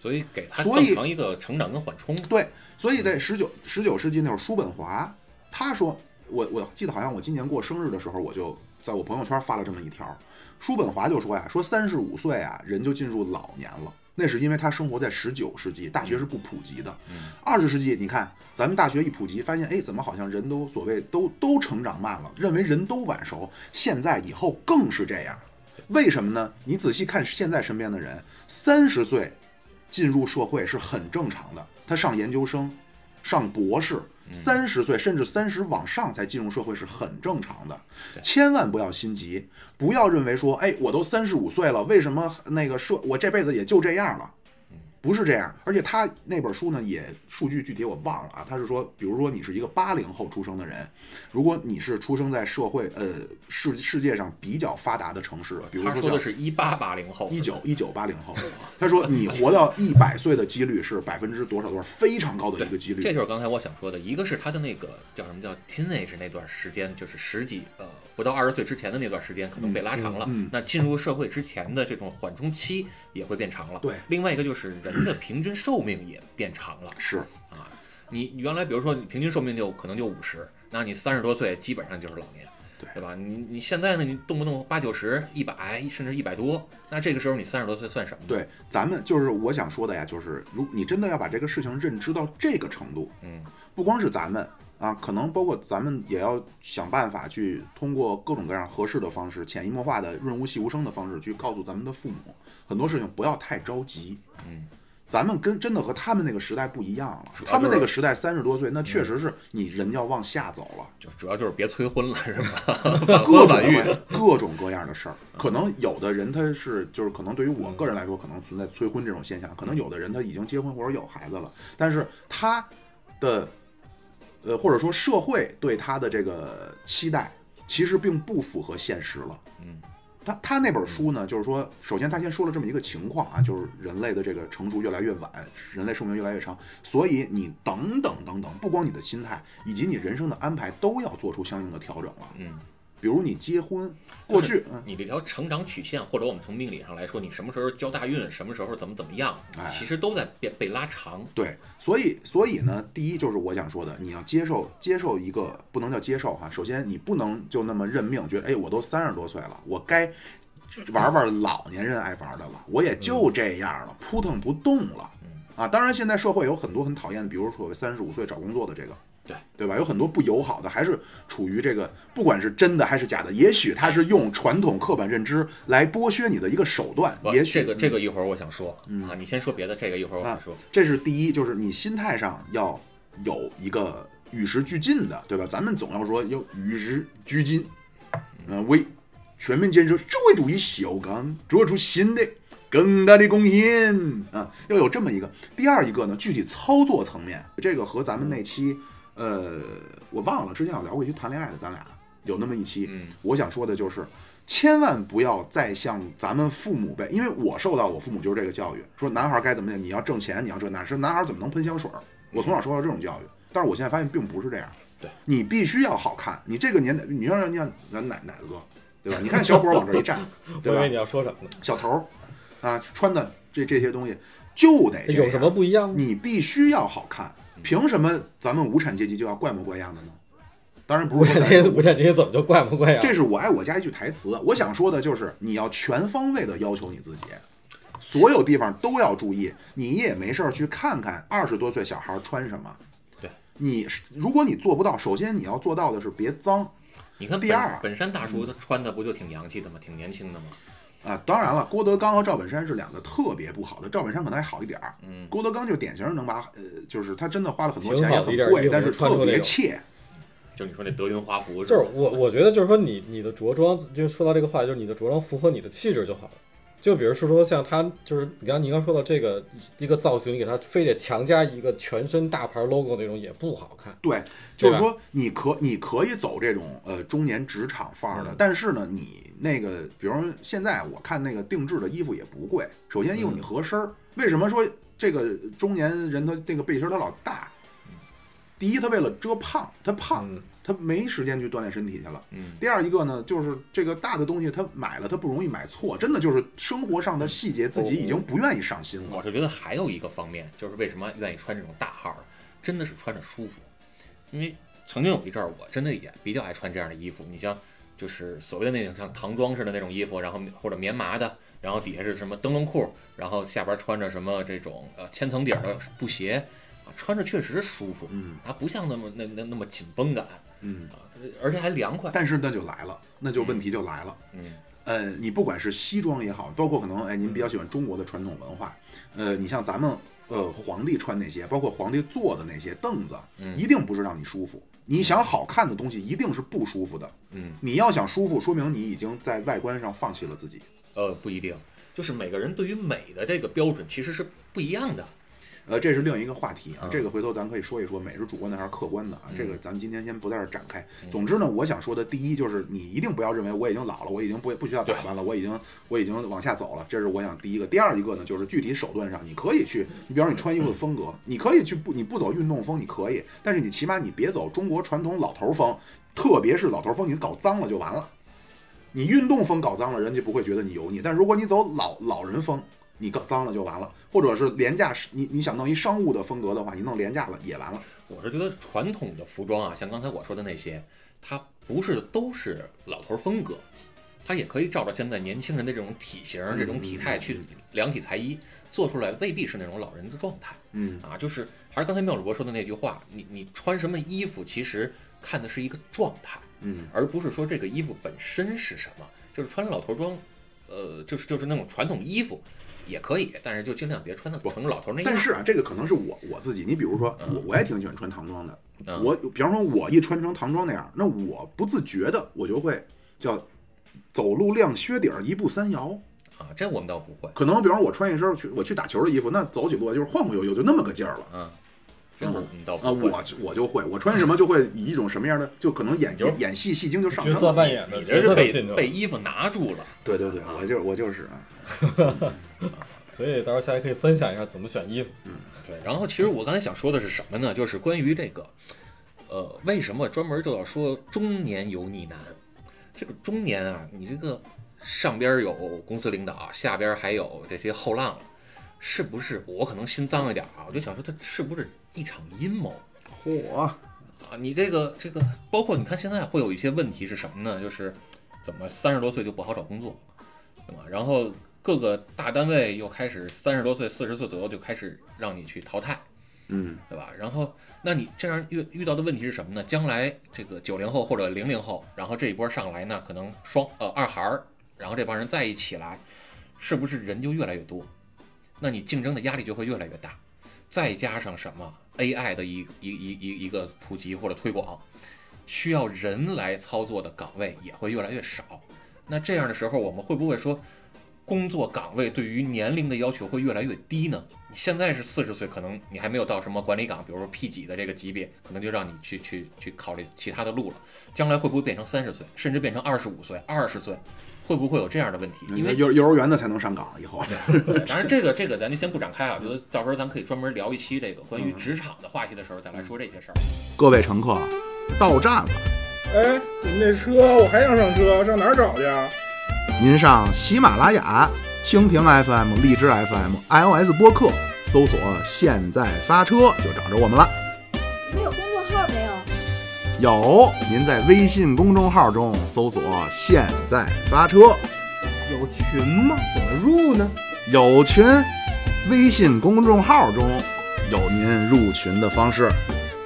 所以给他
所以
更长一个成长跟缓冲。
对，所以在十九十九世纪那会儿，叔本华他说，我我记得好像我今年过生日的时候，我就在我朋友圈发了这么一条，叔本华就说呀，说三十五岁啊，人就进入老年了。那是因为他生活在十九世纪，大学是不普及的。二十世纪，你看咱们大学一普及，发现哎，怎么好像人都所谓都都成长慢了，认为人都晚熟。现在以后更是这样，为什么呢？你仔细看现在身边的人，三十岁进入社会是很正常的。他上研究生，上博士，
嗯
三十岁甚至三十往上才进入社会是很正常的。千万不要心急，
嗯
不要认为说，哎，我都三十五岁了，为什么那个社我这辈子也就这样了？不是这样，而且他那本书呢，也数据具体我忘了啊。他是说，比如说你是一个八零后出生的人，如果你是出生在社会呃世世界上比较发达的城市，比如
他
说
说的
像
是一八八零后，
一九一九八零后，他说你活到一百岁的几率是百分之多少多少，非常高的一个几
这
率。
就是刚才我想说的，一个是他的那个叫什么叫 teenage 那段时间，就是十几呃不到二十岁之前的那段时间可能被拉长了，
嗯嗯
那进入社会之前的这种缓冲期也会变长了。
对
另外一个就是人的平均寿命也变长了
是，
啊。你原来比如说你平均寿命就可能就五十，那你三十多岁基本上就是老年。
对
对吧？你你现在呢？你动不动八九十、一百，甚至一百多，那这个时候你三十多岁算什么？，
对，咱们就是我想说的呀，就是如你真的要把这个事情认知到这个程度，
嗯，
不光是咱们啊，可能包括咱们也要想办法去通过各种各样合适的方式，潜移默化的润物细无声的方式去告诉咱们的父母，很多事情不要太着急，
嗯。
咱们跟真的和他们那个时代不一样了，
主要
他们
就是嗯
那个时代三十多岁，那确实是你人要往下走了，
就主要就是别催婚了，是吧？
[laughs]
[laughs]
各
晚婚
种
晚育，
各种各样的事儿。可能有的人他是就是可能对于我个人来说，可能存在催婚这种现象。可能有的人他已经结婚或者有孩子了，但是他的呃或者说社会对他的这个期待，其实并不符合现实了。
嗯。
他他那本书呢，就是说，首先他先说了这么一个情况啊，就是人类的这个成熟越来越晚，人类寿命越来越长，所以你等等等等，不光你的心态以及你人生的安排都要做出相应的调整了。
嗯，
比如你结婚，过去嗯
你这条成长曲线，或者我们从命理上来说，你什么时候交大运，什么时候怎么怎么样
哎，
其实都在变被拉长。
对，所以所以呢，第一就是我想说的，你要接受接受一个不能叫接受哈，首先你不能就那么认命，觉得哎我都三十多岁了，我该玩玩老年人爱玩的了，我也就这样
嗯
了，扑腾不动了。啊，当然，现在社会有很多很讨厌的，比如所谓三十五岁找工作的这个，
对
对吧？有很多不友好的，还是处于这个，不管是真的还是假的，也许他是用传统刻板认知来剥削你的一个手段，
我
也许嗯
这个这个一会儿我想说啊，你先说别的，这个一会儿我
啊
想说。，
这是第一，就是你心态上要有一个与时俱进的，对吧？咱们总要说要与时俱进，嗯、为全面建设社会主义小康做出新的更大的贡献啊，要有这么一个。第二一个呢，具体操作层面，这个和咱们那期呃，我忘了之前有聊过一期谈恋爱的，咱俩有那么一期，
嗯
我想说的就是，千万不要再像咱们父母辈，因为我受到我父母就是这个教育，说男孩该怎么样，你要挣钱，你要这那，是男孩怎么能喷香水儿？我从小受到这种教育，但是我现在发现并不是这样。
嗯对，
你必须要好看，你这个年代，你像像像奶奶子哥，
[laughs]
对吧？你看小伙儿往这一站，对
我以为
吧
你？要说什么呢？
小头儿啊，穿的这这些东西就得这样
有什么不一样 [laughs] 吗？
你必须要好看，凭什么咱们无产阶级就要怪模怪样的呢？当然不
无
是说咱
产阶级，无产阶级怎么就怪模怪样？啊
这是我爱我家一句台词。我想说的就是，你要全方位的要求你自己，所有地方都要注意。你也没事儿去看看二十多岁小孩穿什么。
对，
你是如果你做不到，首先你要做到的是别脏
你看
第
本
二嗯
本山大叔他穿的不就挺洋气的吗？挺年轻的吗？
啊。当然了，郭德纲和赵本山是两个特别不好的，赵本山可能还好一点儿。
嗯，
郭德纲就典型能把呃，就是他真的花了很多
挺
钱，
好
也很
的一件衣
贵，
服
但是
能穿出
特
那
别
种
切。
就你说那德云华服，
就是我，我觉得就是说你你的着装，就说到这个话，就是你的着装符合你的气质就好了。就比如说说像他，就是你刚你刚说到这个一个造型，你给他非得强加一个全身大牌 logo 那种也不好看。
对，就是
吧
说你可你可以走这种呃中年职场范儿的，
嗯
但是呢，你那个比如说现在我看那个定制的衣服也不贵，首先衣服
嗯
你合身儿，为什么说这个中年人他那个背心儿他老大？第一，他为了遮胖，他胖，
嗯
他没时间去锻炼身体去了。
嗯，
第二一个呢，就是这个大的东西他买了，他不容易买错，真的就是生活上的细节自己已
哦
经不愿意上心了。
我是觉得还有一个方面，就是为什么愿意穿这种大号儿，真的是穿着舒服。因为曾经有一阵儿，我真的也比较爱穿这样的衣服。你像，就是所谓的那种像唐装似的那种衣服，然后或者棉麻的，然后底下是什么灯笼裤，然后下边穿着什么这种呃千层底儿的布鞋，啊，穿着确实舒服，
嗯
啊，不像那么那那那么紧绷感
嗯，
啊，而且还凉快。
但是那就来了，那就问题就来了。
嗯，
呃，你不管是西装也好，包括可能哎，您比较喜欢中国的传统文化，呃，你像咱们呃皇帝穿那些，包括皇帝坐的那些凳子，
嗯
一定不是让你舒服。你想好看的东西，一定是不舒服的。
嗯，
你要想舒服，说明你已经在外观上放弃了自己。
呃，不一定。就是每个人对于美的这个标准其实是不一样的。
呃，这是另一个话题
嗯，
啊这个回头咱可以说一说，美是主观的还是客观的啊？这个咱们今天先不在这儿展开。总之呢，我想说的第一就是，你一定不要认为我已经老了，我已经不不需要打扮了，我已经我已经往下走了，这是我想第一个。第二一个呢，就是具体手段上，你可以去，你比方说你穿衣服的风格，你可以去不你不走运动风，你可以，但是你起码你别走中国传统老头风，特别是老头风，你搞脏了就完了。你运动风搞脏了，人家不会觉得你油腻。但如果你走老老人风，你搞脏了就完了，或者是廉价，你你想弄一商务的风格的话，你弄廉价了也完了。
我是觉得传统的服装啊，像刚才我说的那些，它不是都是老头儿风格，它也可以照着现在年轻人的这种体型、这种体态
嗯
去量体裁衣，做出来未必是那种老人的状态。
嗯，
啊，就是还是刚才妙主播说的那句话，你你穿什么衣服，其实看的是一个状态，
嗯，
而不是说这个衣服本身是什么。就是穿老头装，呃，就是就是那种传统衣服也可以，但是就尽量别穿的成老头
哎
那样。
但是啊，这个可能是我我自己，你比如说
嗯
我我也挺喜欢穿唐装的，
嗯
我比方说我一穿成唐装那样，那我不自觉的我就会叫走路亮靴底儿，一步三摇。
啊，这我们倒不会，
可能比方说我穿一身去我去打球的衣服，那走几步就是晃晃悠悠就那么个劲儿了。
嗯，这我们倒
啊，
不会。
我就我就会，我穿什么就会以一种什么样的，就可能演
你就是
演戏戏精就上
角
身
色
了。
扮演的
你这
角
是
色都
被
进去
被
了，
衣服拿住了，
对对对，我就是我就是啊，
所以到时候下来可以分享一下怎么选衣服。
对。然后其实我刚才想说的是什么呢？就是关于这个，呃，为什么专门就要说中年油腻男？这个中年啊，你这个上边有公司领导，下边还有这些后浪，是不是？我可能心脏一点啊，我就想说，这是不是一场阴谋？
嚯！
啊，你这个这个，包括你看现在会有一些问题是什么呢？就是怎么三十多岁就不好找工作，对吧？然后各个大单位又开始三十多岁、四十岁左右就开始让你去淘汰，
嗯，
对吧？然后，那你这样遇遇到的问题是什么呢？将来这个九零后或者零零后，然后这一波上来呢，可能双呃二孩儿，然后这帮人在一起来，是不是人就越来越多？那你竞争的压力就会越来越大。再加上什么 AI 的一一一一一个普及或者推广，需要人来操作的岗位也会越来越少。那这样的时候，我们会不会说，工作岗位对于年龄的要求会越来越低呢？你现在是四十岁，可能你还没有到什么管理岗，比如说 P 几的这个级别，可能就让你去去去考虑其他的路了。将来会不会变成三十岁，甚至变成二十五岁、二十岁？会不会有这样的问题？因为
呃幼幼儿园的才能上岗，以后
对当然这个这个咱就先不展开啊，我觉得到时候咱可以专门聊一期这个关于职场的话题的时候再来说这些事儿。
各位乘客到站了，
哎，你们这车我还想上车，上哪儿找去啊？
您上喜马拉雅、蜻蜓 FM、荔枝 FM、iOS 播客搜索“现在发车”就找着我们了。
你们有公众号没有？
有，您在微信公众号中搜索“现在发车
有群吗？怎么入呢？”，
有群，微信公众号中有您入群的方式，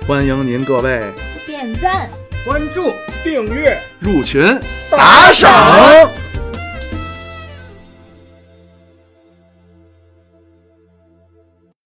欢迎您各位
点赞。
关注、订阅。
入群打赏。